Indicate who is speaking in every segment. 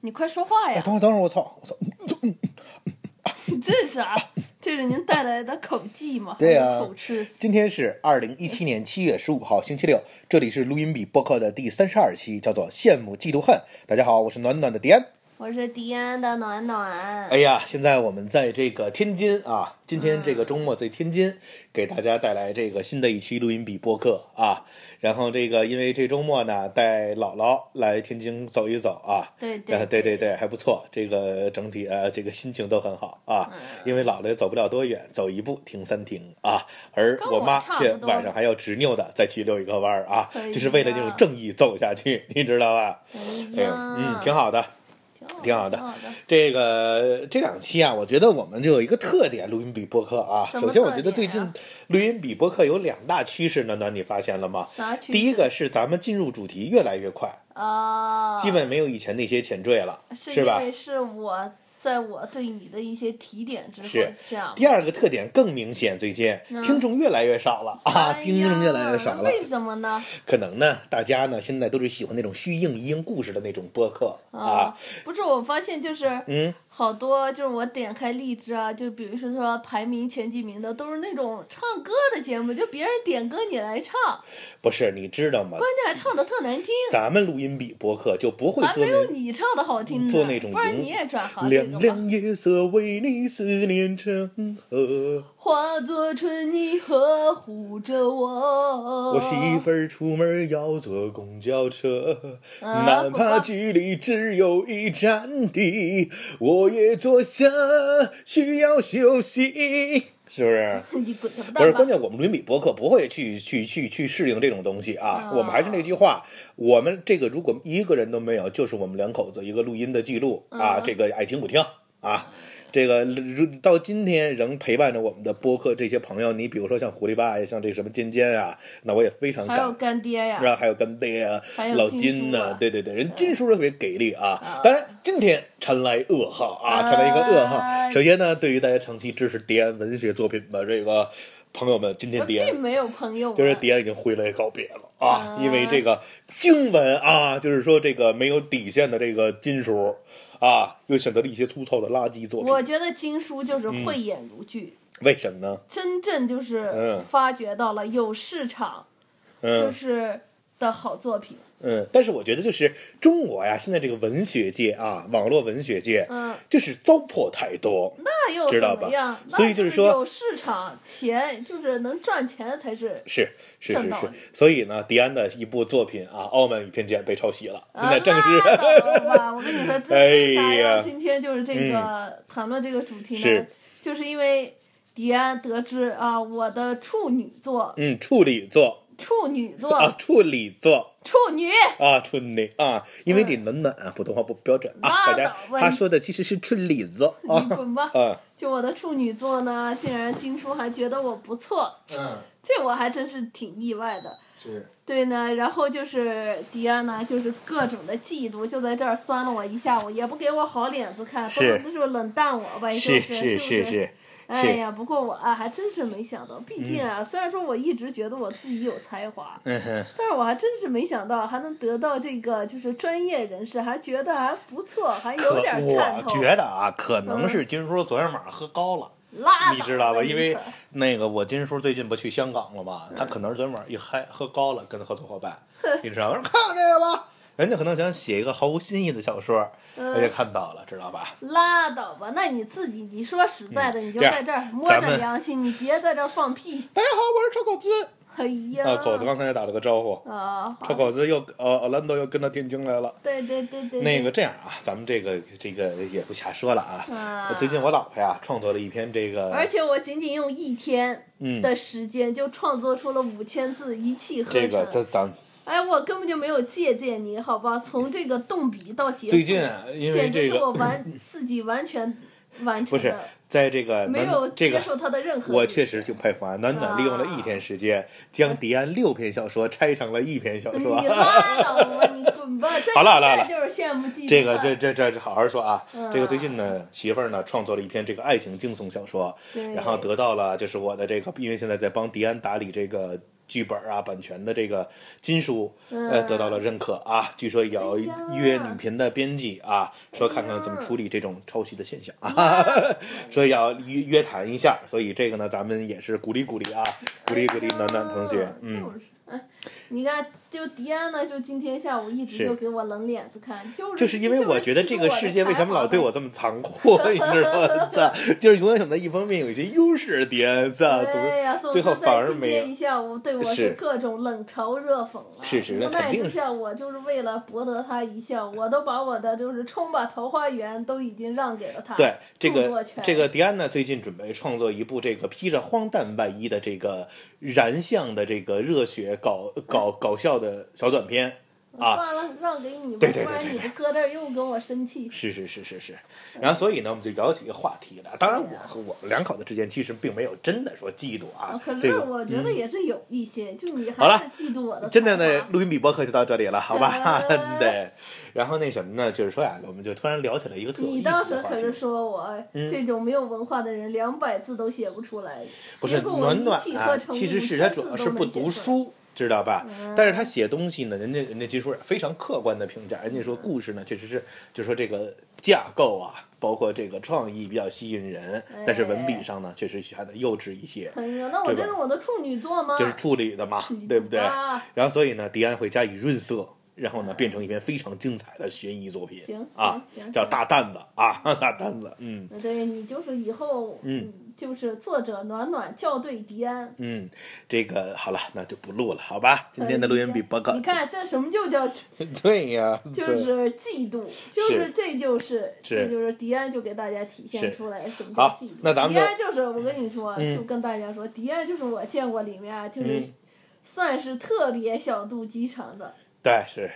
Speaker 1: 你快说话
Speaker 2: 哎，
Speaker 1: 呀！
Speaker 2: 等会儿等会儿，我操，我操，
Speaker 1: 你这是啥？ 这是您带来的口技吗？
Speaker 2: 对啊呀
Speaker 1: 还是口吃。
Speaker 2: 今天是二零一七年七月十五号，星期六，这里是录音笔播客的第三十二期，叫做《羡慕嫉妒恨》。大家好，我是暖暖的迪安。
Speaker 1: 我是迪安的暖暖。
Speaker 2: 哎呀，现在我们在这个天津啊，今天这个周末在天津给大家带来这个新的一期录音笔播客啊。然后这个因为这周末呢，带姥姥来天津走一走啊。
Speaker 1: 对
Speaker 2: 呃，对对
Speaker 1: 对，
Speaker 2: 对，还不错，这个整体呃，这个心情都很好啊，
Speaker 1: 嗯
Speaker 2: 因为老了也走不了多远，走一步停三停啊，而
Speaker 1: 跟
Speaker 2: 我
Speaker 1: 我
Speaker 2: 妈
Speaker 1: 差
Speaker 2: 却
Speaker 1: 不多
Speaker 2: 晚上还要执拗的再去遛一个弯儿啊
Speaker 1: 哎，
Speaker 2: 就是为了那种
Speaker 1: 呀
Speaker 2: 正义走下去， 你知道吧？
Speaker 1: 哎
Speaker 2: 哎呦，
Speaker 1: 呀，
Speaker 2: 嗯，挺好的。挺好的
Speaker 1: 挺好的。
Speaker 2: 这个这两期啊，我觉得我们就有一个特点，录音笔播客啊。
Speaker 1: 什么
Speaker 2: 首先，我觉
Speaker 1: 特
Speaker 2: 得
Speaker 1: 点
Speaker 2: 最近
Speaker 1: 啊
Speaker 2: 录音笔播客有两大趋势，暖暖你发现了吗？
Speaker 1: 啥曲？
Speaker 2: 第一个是咱们进入主题越来越快，
Speaker 1: 啊，
Speaker 2: 基本没有以前那些前缀了，
Speaker 1: 是
Speaker 2: 是吧
Speaker 1: 因为是我在我对你的一些提点之后
Speaker 2: 是
Speaker 1: 这样。
Speaker 2: 第二个特点更明显，最近
Speaker 1: 嗯
Speaker 2: 听众越来越少了啊，
Speaker 1: 哎呀
Speaker 2: 听众越来越少了。
Speaker 1: 为什么呢？
Speaker 2: 可能呢，大家呢现在都是喜欢那种虚应一应故事的那种播客啊，，
Speaker 1: 不是，我发现就是
Speaker 2: 嗯，
Speaker 1: 好多就是我点开荔枝啊，就比如说说排名前几名的都是那种唱歌的节目，就别人点歌你来唱，
Speaker 2: 不是，你知道吗？
Speaker 1: 关键还唱的特难听，
Speaker 2: 咱们录音笔播客就不会
Speaker 1: 还
Speaker 2: 做
Speaker 1: 没
Speaker 2: 那
Speaker 1: 有你唱的好听呢。
Speaker 2: 做那种
Speaker 1: 不然
Speaker 2: 营
Speaker 1: 你也转行这
Speaker 2: 凉
Speaker 1: 个吧。
Speaker 2: 凉夜色为你思念成
Speaker 1: 哦
Speaker 2: 河，
Speaker 1: 化作春泥呵护着我。
Speaker 2: 我媳妇儿出门要坐公交车，
Speaker 1: 啊
Speaker 2: 哪
Speaker 1: 不
Speaker 2: 怕
Speaker 1: 过
Speaker 2: 距离只有一站地，我也坐下需要休息，是不是？
Speaker 1: 你滚他
Speaker 2: 不
Speaker 1: 蛋
Speaker 2: 是，
Speaker 1: 吧
Speaker 2: 关！键我们伦比博客不会去去去去适应这种东西啊。
Speaker 1: 啊
Speaker 2: 我们还是那句话，我们这个如果一个人都没有，就是我们两口子一个录音的记录啊，
Speaker 1: 嗯
Speaker 2: 这个爱听不听啊。这个如到今天仍陪伴着我们的播客这些朋友，你比如说像狐狸爸呀，像这个什么尖尖啊，那我也非常
Speaker 1: 还有
Speaker 2: 感
Speaker 1: 干爹呀
Speaker 2: 是，吧？还有干爹啊
Speaker 1: 还，有
Speaker 2: 老
Speaker 1: 金
Speaker 2: 金
Speaker 1: 叔
Speaker 2: 呐、
Speaker 1: 啊
Speaker 2: 对对对，人金叔特别给力啊
Speaker 1: 啊。
Speaker 2: 当然，今天传来噩耗啊，传来一个噩耗。
Speaker 1: 啊
Speaker 2: 首先呢，对于大家长期支持迪安文学作品的这个朋友们，今
Speaker 1: 我
Speaker 2: 天迪安
Speaker 1: 并没有朋友啊，
Speaker 2: 就是迪安已经挥泪告别了啊
Speaker 1: 啊，
Speaker 2: 因为这个经文啊，就是说这个没有底线的这个金叔啊，又选择了一些粗糙的垃圾作
Speaker 1: 我
Speaker 2: 品，
Speaker 1: 觉得金叔就是
Speaker 2: 嗯
Speaker 1: 慧眼如炬，
Speaker 2: 为什么呢？
Speaker 1: 真正就是
Speaker 2: 嗯
Speaker 1: 发掘到了有市场，就
Speaker 2: 嗯
Speaker 1: 是的好作品。
Speaker 2: 嗯，但是我觉得就是中国呀，现在这个文学界啊，网络文学界，
Speaker 1: 嗯，
Speaker 2: 就是糟粕太多，
Speaker 1: 那又
Speaker 2: 知
Speaker 1: 怎
Speaker 2: 道
Speaker 1: 么
Speaker 2: 吧
Speaker 1: 样？那
Speaker 2: 所以就是
Speaker 1: 是
Speaker 2: 说
Speaker 1: 有市场，钱就是能赚钱才是。
Speaker 2: 是是是
Speaker 1: 正道
Speaker 2: 是
Speaker 1: 理，
Speaker 2: 所以呢，迪安的一部作品啊，《傲慢与偏见》被抄袭了，现
Speaker 1: 啊，
Speaker 2: 在正是、
Speaker 1: 那倒没有吧，我跟你说，这为啥
Speaker 2: 哎呀嗯
Speaker 1: 要今天就是这个谈论这个主题呢
Speaker 2: 是？
Speaker 1: 就是因为迪安得知啊，我的处女座，
Speaker 2: 嗯处理作
Speaker 1: 处女
Speaker 2: 啊，
Speaker 1: 座，
Speaker 2: 处理作
Speaker 1: 处女，
Speaker 2: 啊，春的啊，因为这暖暖啊，普通话不标准啊，
Speaker 1: 嗯那
Speaker 2: 大家
Speaker 1: 倒问
Speaker 2: 他说的其实是春里作
Speaker 1: 你
Speaker 2: 啊，
Speaker 1: 滚吧！
Speaker 2: 嗯
Speaker 1: 就我的处女座呢，竟然金叔还觉得我不错，
Speaker 2: 嗯
Speaker 1: 这我还真是挺意外的。
Speaker 2: 是
Speaker 1: 对呢，然后就是迪安呢，就是各种的嫉妒，就在这儿酸了我一下午，也不给我好脸子看，
Speaker 2: 是
Speaker 1: 都就是冷淡我呗，
Speaker 2: 是
Speaker 1: 哎就是是
Speaker 2: 是
Speaker 1: 不是？
Speaker 2: 是，
Speaker 1: 哎呀，不过我啊，还真是没想到，毕竟啊，虽然说我一直觉得我自己有才华，
Speaker 2: 嗯哼，
Speaker 1: 但是我还真是没想到还能得到这个就是专业人士，还觉得还不错，还有
Speaker 2: 可
Speaker 1: 点看
Speaker 2: 我
Speaker 1: 头。嗯
Speaker 2: 觉得啊，可能是金叔昨天晚上喝高了。
Speaker 1: 拉
Speaker 2: 你
Speaker 1: 倒
Speaker 2: 知道吧？
Speaker 1: 你
Speaker 2: 因为
Speaker 1: 可
Speaker 2: 那个我金叔最近不去香港了嘛，他可能是昨天晚上一嗨喝高了，跟合作 伙伴，你知道吗？说看这个吧，人家可能想写一个毫无新意的小说，人家
Speaker 1: 嗯，
Speaker 2: 看到了，知道吧？
Speaker 1: 拉倒吧，那你自己你说实在的，你就
Speaker 2: 这样
Speaker 1: 在这儿摸
Speaker 2: 嗯咱们
Speaker 1: 着良心，你别在这儿放屁。
Speaker 2: 大家好，我是臭狗子。
Speaker 1: 哎呀，
Speaker 2: 啊，狗子刚才也打了个招呼，
Speaker 1: 啊，
Speaker 2: 臭
Speaker 1: 好，
Speaker 2: 狗子又呃，奥兰多又跟到天津来了。
Speaker 1: 对对对对，对
Speaker 2: 那个这样啊，咱们这个这个也不瞎说了啊。
Speaker 1: 啊，
Speaker 2: 最近我老婆呀创作了一篇这
Speaker 1: 而
Speaker 2: 个，
Speaker 1: 且我仅仅用一天
Speaker 2: 嗯，
Speaker 1: 的时间就创作出了五千字，一气呵成。
Speaker 2: 这个咱咱
Speaker 1: 哎，我根本就没有借鉴你，好吧？从这个动笔到结束，
Speaker 2: 最近啊因为
Speaker 1: 简直
Speaker 2: 这
Speaker 1: 是我
Speaker 2: 个
Speaker 1: 完自己完全完
Speaker 2: 不
Speaker 1: 成
Speaker 2: 是
Speaker 1: 的，
Speaker 2: 在这个
Speaker 1: 没有
Speaker 2: 这
Speaker 1: 接
Speaker 2: 个
Speaker 1: 受他的任何意见。
Speaker 2: 我确实挺佩服啊，暖暖利用了一天时间，将迪安六篇小说拆成了一篇小
Speaker 1: 你
Speaker 2: 说。
Speaker 1: 拉倒吧，你滚吧！这
Speaker 2: 好了好了好了
Speaker 1: 这就是羡慕嫉妒恨
Speaker 2: 这个这这这这好好说啊！
Speaker 1: 嗯
Speaker 2: 这个最近呢，媳妇儿呢创作了一篇这个爱情惊悚小说，
Speaker 1: 对
Speaker 2: 然后得到了就是我的这个，因为现在在帮迪安打理这个剧本啊、版权的这个金书，
Speaker 1: 嗯
Speaker 2: 呃，得到了认可啊。据说也要
Speaker 1: 哎呀
Speaker 2: 约女频的编辑啊，说看看怎么处理这种抄袭的现象啊，所以要约约谈一下。所以这个呢，咱们也是鼓励鼓励啊， 鼓励鼓励暖暖同学，嗯。
Speaker 1: 就是。哎你看，就迪安呢，就今天下午一直
Speaker 2: 是
Speaker 1: 就给我冷脸子看，就是
Speaker 2: 就是是因为我觉得这个世界为什么老对
Speaker 1: 我
Speaker 2: 我这么残酷， 你知道吗？操，就是永远想在一方面有一些优势点，操，总是
Speaker 1: 对呀，总
Speaker 2: 最后
Speaker 1: 之
Speaker 2: 反
Speaker 1: 在
Speaker 2: 而
Speaker 1: 今
Speaker 2: 没有
Speaker 1: 天一下午对我
Speaker 2: 是
Speaker 1: 各种冷嘲热讽了，
Speaker 2: 是是那
Speaker 1: 无
Speaker 2: 肯
Speaker 1: 奈
Speaker 2: 定
Speaker 1: 之
Speaker 2: 是
Speaker 1: 下，我就是为了博得他一笑，我都把我的就是冲吧桃花源都已经让给了他，
Speaker 2: 对这
Speaker 1: 著作
Speaker 2: 个
Speaker 1: 权
Speaker 2: 这个迪安呢，最近准备创作一部这个披着荒诞外衣的这个燃向的这个热血搞搞搞笑的小短片啊，
Speaker 1: 算了，让给你吧，
Speaker 2: 对对对
Speaker 1: 不
Speaker 2: 对
Speaker 1: 然你这搁这儿又跟我生气。
Speaker 2: 是是是是是，然后所以呢，我们就聊几个话题了。当然，我和我们两口子之间其实并没有真的说嫉妒啊
Speaker 1: 啊可，
Speaker 2: 这
Speaker 1: 是
Speaker 2: 个嗯
Speaker 1: 我觉得也是有一些，就你
Speaker 2: 好了
Speaker 1: 还是嫉妒 我的才华。
Speaker 2: 真的呢，录音比播客就到这里了，好吧？
Speaker 1: 对
Speaker 2: 对，然后那什么呢，就是说呀，我们就突然聊起来一个特有
Speaker 1: 你
Speaker 2: 意
Speaker 1: 当
Speaker 2: 思
Speaker 1: 时
Speaker 2: 的话
Speaker 1: 可是
Speaker 2: 题。嗯
Speaker 1: 说我这种没有文化的人，两百字都写不出来。
Speaker 2: 不是
Speaker 1: 结果我
Speaker 2: 暖暖
Speaker 1: 一气
Speaker 2: 啊
Speaker 1: 呵，成
Speaker 2: 其实是他主要是不读。书，知道吧？
Speaker 1: 嗯
Speaker 2: 但是他写东西呢，人家人家金说非常客观的评价，人家说故事呢确实是，就说这个架构啊，包括这个创意比较吸引人，但是文笔上呢确实显得幼稚一些，
Speaker 1: 哎呀，那我
Speaker 2: 对吧
Speaker 1: 这是我的处女座吗？
Speaker 2: 就是处理 的嘛，对不对？
Speaker 1: 啊
Speaker 2: 然后所以呢，迪安会加以润色，然后呢变成一篇非常精彩的悬疑作品
Speaker 1: 嗯行
Speaker 2: 啊
Speaker 1: 行，行
Speaker 2: 叫大担子啊， 大担子，嗯。
Speaker 1: 对你就是以后，
Speaker 2: 嗯，
Speaker 1: 就是作者暖暖校对迪安。呃
Speaker 2: 嗯，这个好了，那就不录了，好吧？今天的录音笔播客，
Speaker 1: 你看这什么就叫
Speaker 2: 对呀，
Speaker 1: 就是嫉妒，就是这就是
Speaker 2: 是
Speaker 1: 这就是迪安就给大家体现
Speaker 2: 是
Speaker 1: 出来什么叫
Speaker 2: 好
Speaker 1: 嫉妒。
Speaker 2: 那咱们
Speaker 1: 迪安就是我跟你说，
Speaker 2: 嗯
Speaker 1: 就跟大家说，迪安就是我见过里面啊，就是
Speaker 2: 嗯
Speaker 1: 算是特别小肚鸡肠的。
Speaker 2: 对是，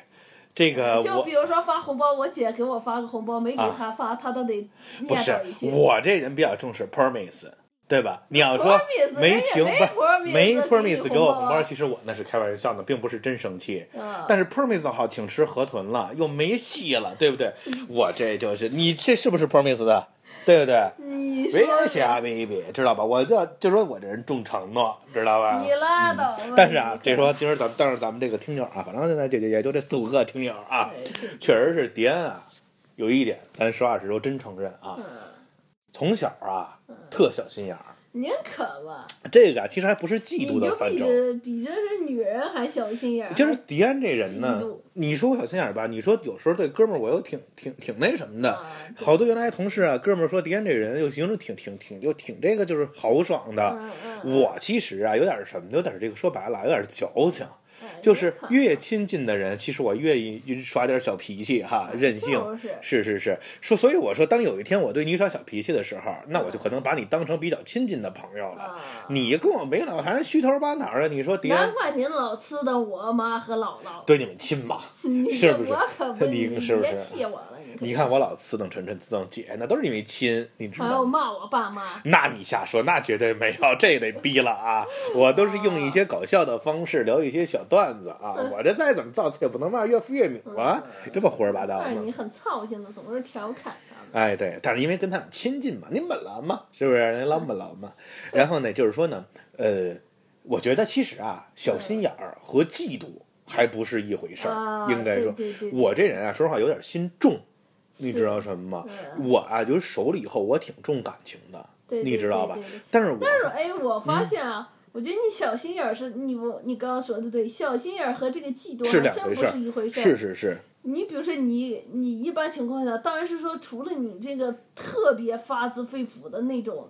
Speaker 2: 这个
Speaker 1: 就
Speaker 2: 呃我啊
Speaker 1: 比如说发红包，我姐给我发个红包，没给她发，她都得
Speaker 2: 不
Speaker 1: 念
Speaker 2: 是
Speaker 1: 叨一句。
Speaker 2: 我这人比较重视 promise，对吧？你要说
Speaker 1: promise，
Speaker 2: 没
Speaker 1: 人家
Speaker 2: 情
Speaker 1: 没
Speaker 2: 不是
Speaker 1: promise
Speaker 2: 没
Speaker 1: 给你
Speaker 2: promise 给我
Speaker 1: 红
Speaker 2: 红
Speaker 1: 包
Speaker 2: 包，
Speaker 1: 啊
Speaker 2: 其实我那是开玩笑的，并不是真生气。
Speaker 1: 嗯
Speaker 2: 但是 promise 好，请吃河豚了，又没戏了，对 不对？我这就是你这是不是 promise 的，对不对？
Speaker 1: 你说
Speaker 2: 别瞎逼逼，知道吧？我就就说我这人重承诺，知道吧？
Speaker 1: 你拉倒吧。
Speaker 2: 啊 但是啊，
Speaker 1: 你
Speaker 2: 这说今儿咱们，但是咱们这个听友啊，反正现在这也也就这四五个听友啊，
Speaker 1: 对
Speaker 2: 确实是迪安啊，有一点咱实话实说，真承认啊，
Speaker 1: 嗯
Speaker 2: 从小啊特小心眼儿，
Speaker 1: 宁可 吧，
Speaker 2: 这个啊其实还不是嫉妒
Speaker 1: 你
Speaker 2: 的
Speaker 1: 就
Speaker 2: 范
Speaker 1: 比
Speaker 2: 畴，
Speaker 1: 着比着这女人还小心眼儿。
Speaker 2: 就是迪安这人呢
Speaker 1: 嫉妒，
Speaker 2: 你说我小心眼儿吧，你说有时候对哥们儿我又挺挺挺那什么的，
Speaker 1: 啊对
Speaker 2: 好多原来同事啊，哥们儿说迪安这人又形容挺挺挺又挺这个就是豪爽的，
Speaker 1: 嗯嗯嗯
Speaker 2: 我其实啊有点什么，有点这个说白了有点矫情。
Speaker 1: 哎
Speaker 2: 就是
Speaker 1: 宁可
Speaker 2: 越亲近的人，其实我越意耍点小脾气哈，任性。
Speaker 1: 就是
Speaker 2: 是是是说，所以我说，当有一天我对你耍小脾气的时候，那我就可能把你当成比较亲近的朋友了。
Speaker 1: 啊
Speaker 2: 你跟我没老还虚头巴脑的，你说迪安
Speaker 1: 难怪您老呲的我妈和姥姥，
Speaker 2: 对你们亲吧？
Speaker 1: 你
Speaker 2: 是不是
Speaker 1: 我可不，
Speaker 2: 你是不是
Speaker 1: 别气我了，你
Speaker 2: 你看我老呲瞪晨晨、呲瞪姐，那都是因为亲，你知
Speaker 1: 还
Speaker 2: 道
Speaker 1: 有
Speaker 2: 吗？
Speaker 1: 骂我爸妈，
Speaker 2: 那你瞎说，那绝对没 有，这得逼了啊！我都是用一些搞笑的方式聊一些小段子啊，
Speaker 1: 嗯
Speaker 2: 我这再怎么造次也不能骂岳父岳母啊，这不胡说八道
Speaker 1: 但是
Speaker 2: 吗？
Speaker 1: 你很操心的，总是调侃他们。
Speaker 2: 哎，对，但是因为跟他们亲近嘛，你们老嘛，是不是？人老不老嘛？
Speaker 1: 嗯
Speaker 2: 然后呢，就是说呢，呃，我觉得其实啊，小心眼儿和嫉妒还不是一回事
Speaker 1: 嗯
Speaker 2: 儿，
Speaker 1: 啊
Speaker 2: 应该说，
Speaker 1: 对对对
Speaker 2: 我这人啊，说实话有点心重。你知
Speaker 1: 是嗯
Speaker 2: 道什么吗？
Speaker 1: 对
Speaker 2: 我啊，就是熟了以后，我挺重感情的，
Speaker 1: 对
Speaker 2: 你
Speaker 1: 对
Speaker 2: 知
Speaker 1: 对
Speaker 2: 道吧
Speaker 1: 对对？
Speaker 2: 但是我
Speaker 1: 但是哎，我
Speaker 2: 嗯
Speaker 1: 发现啊，我觉得你小心眼儿是你我你刚刚说的对，小心眼儿和这个嫉妒
Speaker 2: 是
Speaker 1: 还
Speaker 2: 两
Speaker 1: 真
Speaker 2: 回
Speaker 1: 不
Speaker 2: 事儿
Speaker 1: 是一回事儿。
Speaker 2: 是是是，
Speaker 1: 你比如说你你一般情况下，当然是说除了你这个特别发自肺腑的那种。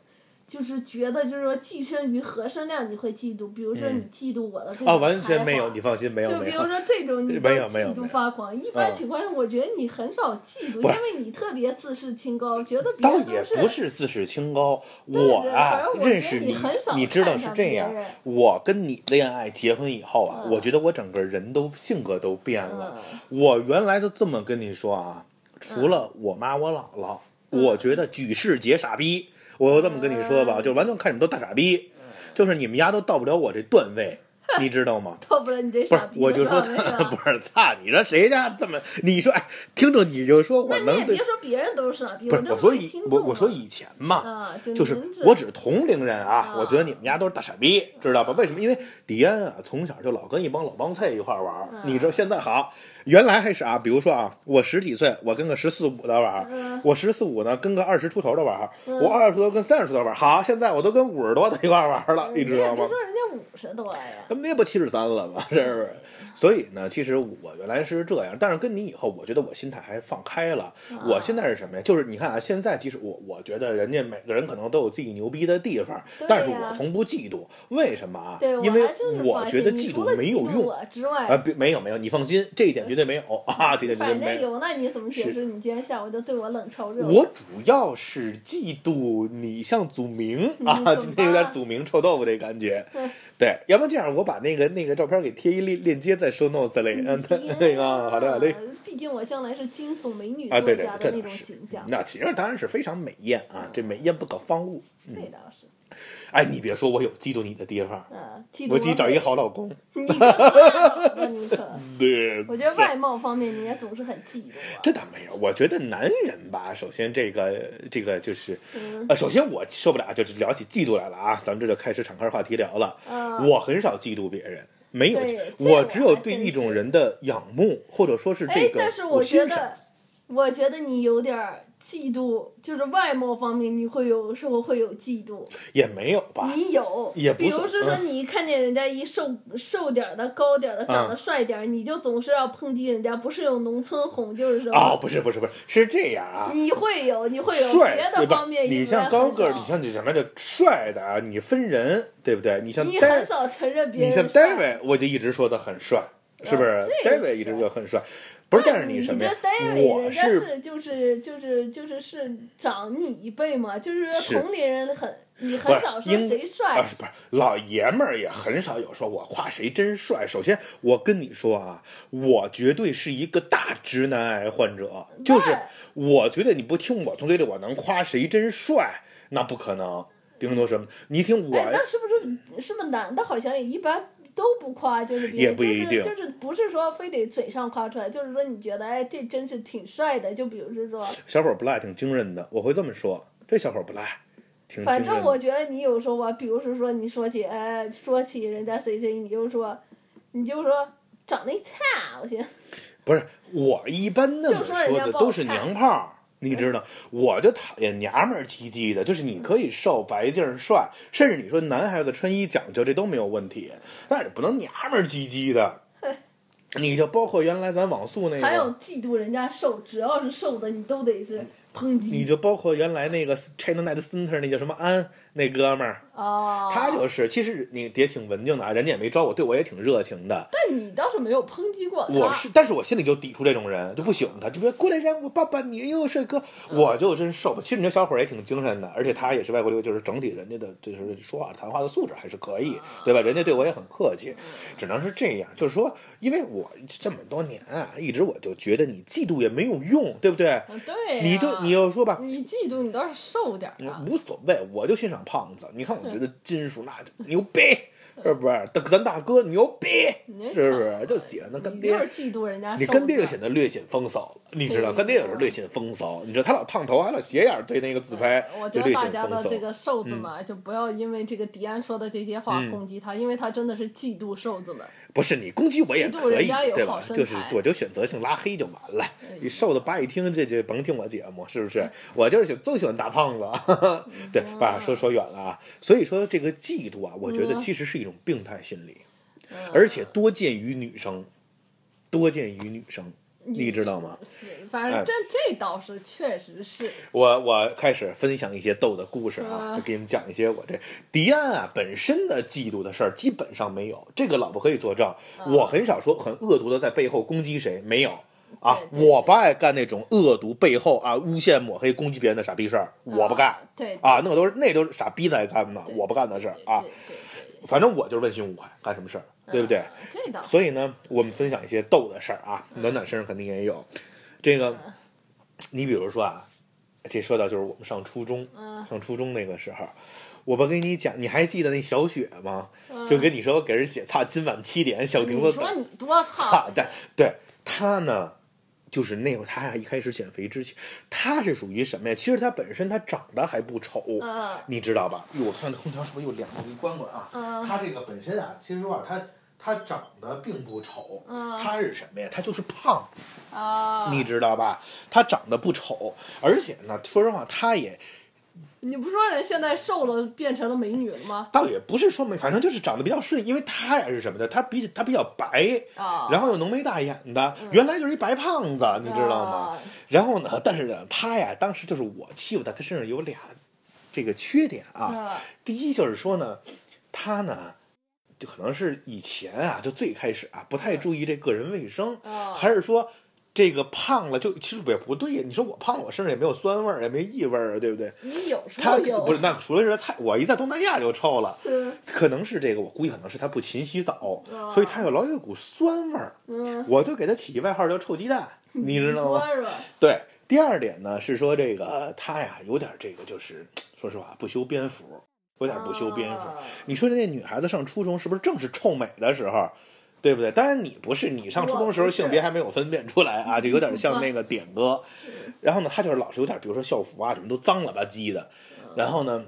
Speaker 1: 就是觉得，就是说寄生于和声量，你会嫉妒。比如说，你嫉妒我的这种才华、
Speaker 2: 哦，完全没有，你放心，没有
Speaker 1: 嗯就
Speaker 2: 没
Speaker 1: 比如
Speaker 2: 有。
Speaker 1: 说这种，你
Speaker 2: 没
Speaker 1: 都
Speaker 2: 有没有
Speaker 1: 嫉
Speaker 2: 没有
Speaker 1: 妒发狂。一般
Speaker 2: 嗯
Speaker 1: 情况下，我觉得你很少嫉妒，
Speaker 2: 不是
Speaker 1: 因为你特别自视清高，觉得别
Speaker 2: 倒
Speaker 1: 人
Speaker 2: 也
Speaker 1: 都
Speaker 2: 不是自视清高，
Speaker 1: 是
Speaker 2: 我啊
Speaker 1: 反正我觉得
Speaker 2: 认识
Speaker 1: 你
Speaker 2: 你
Speaker 1: 很，少
Speaker 2: 你知道
Speaker 1: 看
Speaker 2: 是
Speaker 1: 上
Speaker 2: 这
Speaker 1: 别
Speaker 2: 样
Speaker 1: 人。
Speaker 2: 我跟你恋爱结婚以后啊，
Speaker 1: 嗯
Speaker 2: 我觉得我整个人都性格都变了。我原来都这么跟你说啊，除
Speaker 1: 嗯
Speaker 2: 了我妈我姥姥，我觉得举世皆傻逼。我就这么跟你说吧，
Speaker 1: 嗯
Speaker 2: 就完全看你们都大傻逼，就是你们家都到不了我这段位，你知道吗？
Speaker 1: 要不然你这
Speaker 2: 不是
Speaker 1: 傻，逼，
Speaker 2: 我就说
Speaker 1: 没有
Speaker 2: 不是，操！你说谁家这么？你说哎，听着你就说我
Speaker 1: 那你也
Speaker 2: 能对
Speaker 1: 别，说别人都是傻逼，
Speaker 2: 不是
Speaker 1: 这
Speaker 2: 我说
Speaker 1: 没
Speaker 2: 以
Speaker 1: 听
Speaker 2: 我
Speaker 1: 众
Speaker 2: 我说
Speaker 1: 嘛
Speaker 2: 以前嘛，
Speaker 1: 啊，
Speaker 2: 就是
Speaker 1: 您这
Speaker 2: 我只是同龄人啊
Speaker 1: 啊，
Speaker 2: 我觉得你们家都是大傻逼，知道吧？为什么？因为迪安啊，从小就老跟一帮老帮菜一块玩儿
Speaker 1: 啊。
Speaker 2: 你知道现在好，原来还是啊，比如说啊，我十几岁，我跟个十四五的玩儿，
Speaker 1: 嗯
Speaker 2: 我十四五呢跟个二十出头的玩儿，
Speaker 1: 嗯
Speaker 2: 我二十出头跟三十出头玩儿。好，现在我都跟五十多的一块玩儿了，
Speaker 1: 嗯
Speaker 2: 你知道
Speaker 1: 也别
Speaker 2: 吗？
Speaker 1: 说人家五十多呀，
Speaker 2: 那不七十三了吗？是不是？所以呢，其实我原来是这样，但是跟你以后，我觉得我心态还放开了。
Speaker 1: 啊
Speaker 2: 我现在是什么呀？就是你看啊，现在即使我，我觉得人家每个人可能都有自己牛逼的地方，
Speaker 1: 对呀
Speaker 2: 但是我从不嫉妒。为什么啊？
Speaker 1: 对，
Speaker 2: 因为
Speaker 1: 还真是
Speaker 2: 我
Speaker 1: 发
Speaker 2: 觉
Speaker 1: 现
Speaker 2: 得
Speaker 1: 你
Speaker 2: 嫉
Speaker 1: 除
Speaker 2: 妒
Speaker 1: 了
Speaker 2: 没有用。
Speaker 1: 我之外，
Speaker 2: 啊，别没有没有，你放心，这一点绝对没有啊，这一点绝对
Speaker 1: 反
Speaker 2: 没
Speaker 1: 正
Speaker 2: 有。
Speaker 1: 有，那你怎么解释你今天下午就对我冷嘲热
Speaker 2: 我主要是嫉妒你像祖明
Speaker 1: 嗯
Speaker 2: 啊，
Speaker 1: 怎么
Speaker 2: 今天有点
Speaker 1: 办
Speaker 2: 祖明臭豆腐这感觉
Speaker 1: 嗯。
Speaker 2: 对，要不然这样，我把那个那个照片给贴一链链接在 show notes 里。嗯，那个啊好的好的。，
Speaker 1: 毕竟我将来是惊悚美女
Speaker 2: 啊，
Speaker 1: 作
Speaker 2: 对对
Speaker 1: 家，
Speaker 2: 这
Speaker 1: 的那
Speaker 2: 倒
Speaker 1: 种
Speaker 2: 是
Speaker 1: 形。象，
Speaker 2: 那其实当然是非常美艳啊，
Speaker 1: 嗯
Speaker 2: 这美艳不可方物。
Speaker 1: 这倒是。
Speaker 2: 哎，你别说，我有嫉妒你的地方，
Speaker 1: 嗯，嫉妒
Speaker 2: 我自己找一个
Speaker 1: 个，
Speaker 2: 好老公。
Speaker 1: 你可怕了你可，
Speaker 2: 对，
Speaker 1: 我觉得外貌方面你也总是很嫉妒我。
Speaker 2: 这倒没有，我觉得男人吧，首先这个这个就是，
Speaker 1: 嗯
Speaker 2: 呃，首先我受不了，就是聊起嫉妒来了啊，咱们这就开始敞开话题聊了。
Speaker 1: 啊，
Speaker 2: 我很少嫉妒别人，没有
Speaker 1: 对
Speaker 2: 嫉，
Speaker 1: 这我
Speaker 2: 我只有
Speaker 1: 还
Speaker 2: 对
Speaker 1: 真
Speaker 2: 一种
Speaker 1: 是
Speaker 2: 人的仰慕，或者说是这
Speaker 1: 哎，
Speaker 2: 个
Speaker 1: 但是我觉
Speaker 2: 欣赏。
Speaker 1: 得，我觉得你有点儿嫉妒，就是外貌方面你会有时候会有嫉妒。
Speaker 2: 也没有吧。
Speaker 1: 你有，
Speaker 2: 也不
Speaker 1: 比如
Speaker 2: 算嗯
Speaker 1: 说说你看见人家一瘦瘦点儿的、高点儿的、长
Speaker 2: 嗯
Speaker 1: 得帅点儿，你就总是要抨击人家，不是用农村哄就是什
Speaker 2: 哦，
Speaker 1: 么。
Speaker 2: 不是不是不是，是这样啊。
Speaker 1: 你会有，你会有
Speaker 2: 帅
Speaker 1: 别
Speaker 2: 对
Speaker 1: 的
Speaker 2: 吧
Speaker 1: 方？面
Speaker 2: 你
Speaker 1: 应
Speaker 2: 像
Speaker 1: 该
Speaker 2: 高
Speaker 1: 很
Speaker 2: 个儿，
Speaker 1: 少
Speaker 2: 你像这什么这帅的啊，你分人对不对？你像
Speaker 1: 你
Speaker 2: 戴
Speaker 1: 很，少承认别
Speaker 2: 你
Speaker 1: 人
Speaker 2: 像
Speaker 1: 帅
Speaker 2: David，我就一直说他很帅，是不是
Speaker 1: 啊这个
Speaker 2: ？David 一
Speaker 1: 是
Speaker 2: 直就很帅，不是？但是
Speaker 1: 你
Speaker 2: 什么呀
Speaker 1: 这？David
Speaker 2: 我
Speaker 1: 人家是就是就是就是是长你一辈嘛，就是
Speaker 2: 是
Speaker 1: 同龄人很你
Speaker 2: 不
Speaker 1: 很
Speaker 2: 是
Speaker 1: 少说
Speaker 2: 应
Speaker 1: 谁
Speaker 2: 啊，
Speaker 1: 帅，
Speaker 2: 是不是老爷们儿也很少有说我夸谁真帅。首先，我跟你说啊，我绝对是一个大直男癌患者，就是我觉得你不听我从嘴里我能夸谁真帅，那不可能。顶多什么？你听我、
Speaker 1: 哎，那是不是是不是男的好像也一般都不夸，就是别
Speaker 2: 也
Speaker 1: 人
Speaker 2: 不一定
Speaker 1: 就是，就是不是说非得嘴上夸出来，就是说你觉得哎这真是挺帅的，就比如是说，
Speaker 2: 小伙儿不赖，挺精神的，我会这么说，这小伙儿不赖，挺精
Speaker 1: 反
Speaker 2: 神
Speaker 1: 正
Speaker 2: 的。
Speaker 1: 我觉得你有时候吧，比如是说你说起哎说起人家谁谁，你就说你就说长得差，我寻思
Speaker 2: 不是我一般那么
Speaker 1: 就说人家
Speaker 2: 的
Speaker 1: 不好哎
Speaker 2: 都是娘炮儿。你知道，我就讨厌娘们儿唧唧的，就是你可以瘦白净儿帅，甚至你说男孩子穿衣讲究，这都没有问题，但是不能娘们儿唧唧的。 你就包括原来咱网速那
Speaker 1: 还有
Speaker 2: 个，嗯
Speaker 1: 嫉妒人家瘦，只要是瘦的你都得是抨
Speaker 2: 你
Speaker 1: 击
Speaker 2: 就包括原来那个 China Night Center 那叫什么安那哥们儿，
Speaker 3: 哦
Speaker 1: 啊。
Speaker 2: 他就是其实你也挺文静的啊，人家也没招我，对我也挺热情的，
Speaker 1: 但你倒是没有抨击过他，
Speaker 2: 我是，但是我心里就抵触这种人，就不喜欢他，就别过来让我抱抱你，哎呦，帅哥，
Speaker 3: 嗯
Speaker 2: 我就真受不。其实你这小伙儿也挺精神的，而且他也是外国留学，就是整体人家的，就是说话谈话的素质还是可
Speaker 3: 啊
Speaker 2: 以，对吧？人家对我也很客气，
Speaker 3: 嗯
Speaker 2: 只能是这样。就是说，因为我这么多年啊，一直我就觉得你嫉妒也没有用，对不对？
Speaker 3: 嗯对呀、
Speaker 2: 你就你要说吧，
Speaker 3: 你嫉妒你倒是瘦点儿啊，
Speaker 2: 无所谓，我就欣赏胖子。你看，我觉
Speaker 3: 嗯
Speaker 2: 得金属那就牛逼，是不是？咱大哥牛逼，是不是？就喜欢他干
Speaker 3: 你
Speaker 2: 爹
Speaker 3: 就。是嫉妒人家瘦
Speaker 2: 你
Speaker 3: 点儿。
Speaker 2: 干爹就显得略显风骚了，你知道，
Speaker 3: 对
Speaker 2: 干爹有时候略显风骚，你知道他老烫头，还老斜眼儿对那个自拍
Speaker 3: 呃我，
Speaker 2: 就
Speaker 3: 觉得
Speaker 2: 略
Speaker 3: 大
Speaker 2: 显
Speaker 3: 家
Speaker 2: 风
Speaker 3: 的
Speaker 2: 骚
Speaker 3: 这。个瘦子们，就不要因为这个迪安说的这些话
Speaker 2: 嗯
Speaker 3: 攻击他，因为他真的是嫉妒瘦子们。
Speaker 2: 不是你攻击我也
Speaker 3: 嫉妒
Speaker 2: 可以，
Speaker 3: 人家有
Speaker 2: 对
Speaker 3: 好
Speaker 2: 吧？
Speaker 3: 身
Speaker 2: 就是
Speaker 3: 材
Speaker 2: 我就选择性拉黑就完了
Speaker 3: 哎。
Speaker 2: 你瘦的八一听这就甭听我节目，是不 是？我就是喜就喜欢大胖子，哈哈
Speaker 3: 嗯
Speaker 2: 对，把说说远了啊。所以说这个嫉妒啊，我觉
Speaker 3: 嗯
Speaker 2: 得其实是一种病态心理，而且多见于女生，多见于女生，你知道吗？
Speaker 3: 嗯反
Speaker 2: 哎
Speaker 3: 正这这倒是确实是，
Speaker 2: 我我开始分享一些逗的故事啊，
Speaker 3: 嗯
Speaker 2: 就给你们讲一些我这迪安啊本身的嫉妒的事儿，基本上没有，这个老婆可以作
Speaker 3: 啊
Speaker 2: 证。我很少说很恶毒的在背后攻击谁，没有啊，
Speaker 3: 对对
Speaker 2: 我不爱干那种恶毒背后啊诬陷抹黑攻击别人的傻逼事儿，我不干
Speaker 3: 啊。对
Speaker 2: 啊，那个都是那都是傻逼在干的，
Speaker 3: 对
Speaker 2: 我不干的事儿
Speaker 3: 对
Speaker 2: 啊
Speaker 3: 对。啊对对，
Speaker 2: 反正我就是问心无愧，干什么事儿，对不对？
Speaker 3: 这倒是
Speaker 2: 所以呢，我们分享一些逗的事儿啊，
Speaker 1: 嗯
Speaker 2: 暖暖身上肯定也有。这个，你比如说啊，这说到就是我们上初中，
Speaker 3: 嗯
Speaker 2: 上初中那个时候，我不跟你讲，你还记得那小雪吗？
Speaker 3: 嗯
Speaker 2: 就跟你说给人写擦，今晚七点小亭
Speaker 1: 嗯你
Speaker 2: 子
Speaker 1: 说
Speaker 2: 等
Speaker 1: 你多操，
Speaker 2: 擦，但对她呢，就是那会儿她呀，一开始减肥之前，她是属于什么呀？其实她本身她长得还不丑，
Speaker 1: 嗯
Speaker 2: 你知道吧？哟，我看空调是不是又凉了？我给你关关啊。
Speaker 1: 嗯
Speaker 2: 她这个本身啊，其实说啊，她她长得并不丑，
Speaker 1: 嗯
Speaker 2: 她是什么呀？她就是胖。
Speaker 1: 啊，
Speaker 2: 你知道吧？她长得不丑，而且呢，说实话，她也
Speaker 1: 你不说人现在瘦了变成了美女了吗？
Speaker 2: 倒也不是说没，反正就是长得比较顺，因为她呀是什么的，她比她比较白，
Speaker 1: 啊，嗯
Speaker 2: 然后又浓眉大眼的，原来就是一白胖子，你知道吗？
Speaker 1: 啊？
Speaker 2: 然后呢，但是呢，她呀，当时就是我欺负她，她身上有俩这个缺点啊。
Speaker 1: 嗯
Speaker 2: 第一就是说呢，她呢，就可能是以前啊，就最开始啊，不太注意这个人卫生，
Speaker 1: 啊
Speaker 2: 还是说这个胖了就其实也不对呀？你说我胖了，我身上也没有酸味儿，也没异味儿啊，对不对？
Speaker 1: 你有时
Speaker 2: 他
Speaker 1: 候有
Speaker 2: 不是那除了是太，我一在东南亚就臭了，
Speaker 1: 嗯
Speaker 2: 可能是这个，我估计可能是他不勤洗澡，
Speaker 1: 哦
Speaker 2: 所以他有老有股酸味儿。
Speaker 1: 嗯，
Speaker 2: 我就给他起一外号叫臭鸡蛋，你知道吗？
Speaker 4: 说说，
Speaker 2: 对。第二点呢是说这个呃他呀有点这个就是说实话不修边幅，有点不修边幅。
Speaker 1: 啊
Speaker 2: 你说那女孩子上初中是不是正是臭美的时候，对不对？当然你不是，你上初中时候
Speaker 4: 我不是
Speaker 2: 性别还没有分辨出来啊，就 有点像那个点哥。然后呢，他就是老是有点，比如说校服啊什么都脏了吧唧的。然后呢，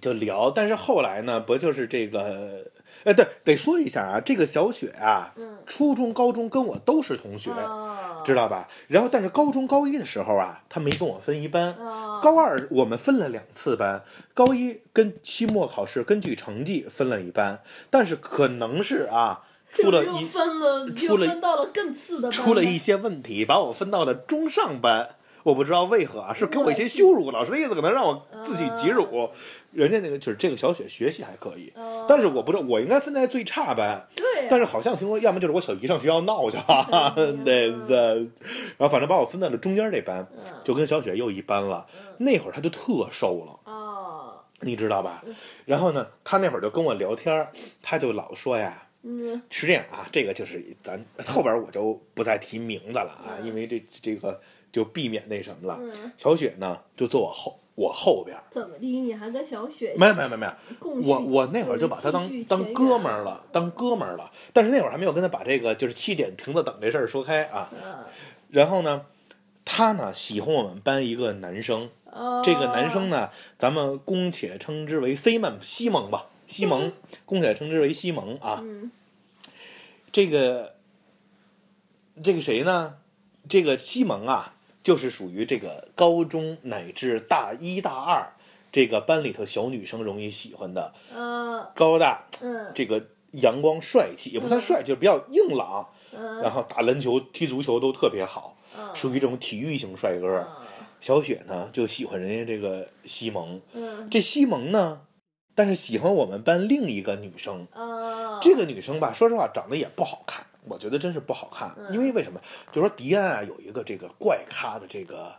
Speaker 2: 就聊。但是后来呢，不就是这个？哎，对，得说一下啊，这个小雪啊，
Speaker 4: 嗯
Speaker 2: 初中、高中跟我都是同学，
Speaker 4: 啊，
Speaker 2: 知道吧？然后，但是高中高一的时候啊，她没跟我分一班。
Speaker 4: 啊，
Speaker 2: 高二我们分了两次班，高一跟期末考试根据成绩分了一班，但是可能是啊出了
Speaker 4: 又
Speaker 2: 一
Speaker 4: 分了，
Speaker 2: 出
Speaker 4: 又
Speaker 2: 了
Speaker 4: 分到了更次的班了，
Speaker 2: 出了一些问题，把我分到了中上班。我不知道为何啊，是给我一些羞辱，老师的意思可能让我自己
Speaker 4: 嗯
Speaker 2: 挤辱。人家那个就是这个小雪学习还可以，
Speaker 4: 啊，
Speaker 2: 但是我不知道我应该分在最差班，
Speaker 4: 对
Speaker 2: 但是好像听说要么就是我小姨上学校闹去了， 对的，然后反正把我分到了中间这班，就跟小雪又一班了。那会儿她就特瘦了，
Speaker 4: 啊，
Speaker 2: 你知道吧？然后呢，他那会儿就跟我聊天儿，他就老说呀，
Speaker 4: 嗯
Speaker 2: 是这样啊，这个就是咱后边我就不再提名字了啊，因为这这个就避免那什么了。
Speaker 4: 嗯，
Speaker 2: 小雪呢就坐我后我后边儿，
Speaker 4: 怎么的？你还跟小雪
Speaker 2: 没有没有没有没有，
Speaker 4: 共
Speaker 2: 我
Speaker 4: 叙
Speaker 2: 我那会儿就把他当
Speaker 4: 共叙前
Speaker 2: 当
Speaker 4: 缘
Speaker 2: 哥们儿了，当哥们儿了。但是那会儿还没有跟他把这个就是七点停着等这事儿说开啊。
Speaker 4: 嗯
Speaker 2: 然后呢，他呢喜欢我们班一个男生，
Speaker 4: 哦
Speaker 2: 这个男生呢，咱们姑且称之为 C 曼西蒙吧，西蒙，姑且称之为西蒙啊。
Speaker 4: 嗯
Speaker 2: 这个这个谁呢？这个西蒙啊，就是属于这个高中乃至大一大二这个班里头小女生容易喜欢的
Speaker 4: 啊
Speaker 2: 高大
Speaker 4: 嗯
Speaker 2: 这个阳光帅气，也不算帅，就是比较硬朗，
Speaker 4: 嗯
Speaker 2: 然后打篮球、踢足球都特别好，
Speaker 4: 嗯
Speaker 2: 属于这种体育型帅哥。
Speaker 1: 嗯
Speaker 2: 小雪呢就喜欢人家这个西蒙，
Speaker 4: 嗯
Speaker 2: 这西蒙呢，但是喜欢我们班另一个女生。
Speaker 1: 嗯
Speaker 4: 啊
Speaker 2: 这个女生吧，说实话长得也不好看，我觉得真是不好看。因为为什么？就说迪安啊有一个这个怪咖的这个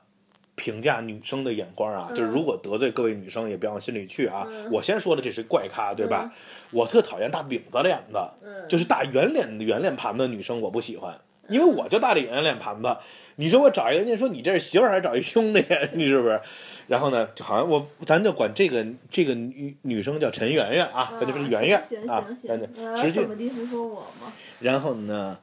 Speaker 2: 评价女生的眼光啊，就是如果得罪各位女生也别往心里去啊。我先说的这是怪咖，对吧？我特讨厌大饼子脸的，
Speaker 4: 嗯
Speaker 2: 就是大圆脸圆脸盘子的女生我不喜欢，因为我就大脸圆脸盘子。你说我找一个人家说你这是媳妇儿还是找一兄弟？ 你是不是？然后呢，就好像我咱就管这个这个女女生叫陈圆圆啊，咱就说圆圆
Speaker 4: 行
Speaker 2: 啊
Speaker 4: 行，
Speaker 2: 咱就
Speaker 4: 行，呃
Speaker 2: 实际
Speaker 4: 怎么的是说我吗？
Speaker 2: 然后呢，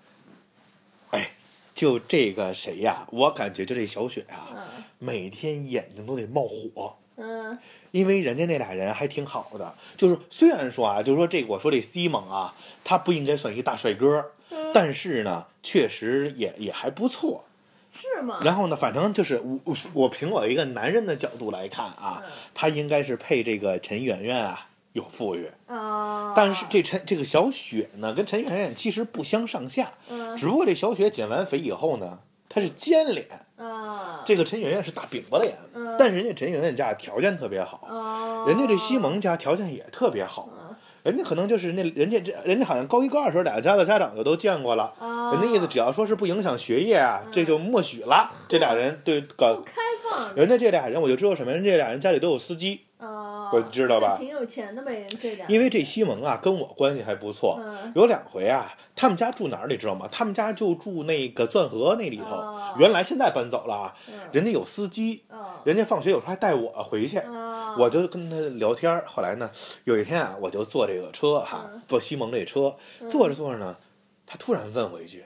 Speaker 2: 哎，就这个谁呀？我感觉就这小雪啊，
Speaker 4: 嗯
Speaker 2: 每天眼睛都得冒火，
Speaker 4: 嗯
Speaker 2: 因为人家那俩人还挺好的。就是虽然说啊，就是说这个我说这西蒙啊，他不应该算一个大帅哥，
Speaker 4: 嗯
Speaker 2: 但是呢，确实也也还不错。
Speaker 4: 是吗？
Speaker 2: 然后呢，反正就是我我我凭我一个男人的角度来看啊
Speaker 4: 嗯，
Speaker 2: 他应该是配这个陈圆圆啊有富裕。
Speaker 4: 啊，
Speaker 2: 但是这陈这个小雪呢，跟陈圆圆其实不相上下。
Speaker 4: 嗯
Speaker 2: 只不过这小雪减完肥以后呢，她是尖脸，
Speaker 4: 啊
Speaker 2: 这个陈圆圆是大饼子脸，
Speaker 4: 嗯
Speaker 2: 但人家陈圆圆家条件特别好，
Speaker 4: 啊，
Speaker 2: 人家这西蒙家条件也特别好，
Speaker 4: 哦
Speaker 2: 人家可能就是那人家这人家好像高一高二时候俩家的家长就都见过了，
Speaker 4: 啊，
Speaker 2: 人家意思只要说是不影响学业啊，
Speaker 4: 嗯
Speaker 2: 这就默许了。这俩人对
Speaker 4: 不
Speaker 2: 搞。
Speaker 4: 开放
Speaker 2: 人家这俩人，我就知道什么人。这俩人家里都有司机，
Speaker 4: 啊，
Speaker 2: 我知道
Speaker 4: 那
Speaker 2: 吧
Speaker 4: 挺有钱的呗，这俩，
Speaker 2: 因为这西蒙啊跟我关系还不错。
Speaker 4: 嗯
Speaker 2: 有两回啊，他们家住哪儿你知道吗？他们家就住那个钻河那里头，
Speaker 4: 哦
Speaker 2: 原来现在搬走了啊。
Speaker 4: 嗯
Speaker 2: 人家有司机，
Speaker 4: 啊
Speaker 2: 人家放学有时候还带我回去。
Speaker 4: 啊，啊
Speaker 2: 我就跟他聊天儿。后来呢，有一天啊，我就坐这个车哈、
Speaker 4: 嗯
Speaker 2: 坐西蒙这车，坐着坐着呢，他突然问我一句：“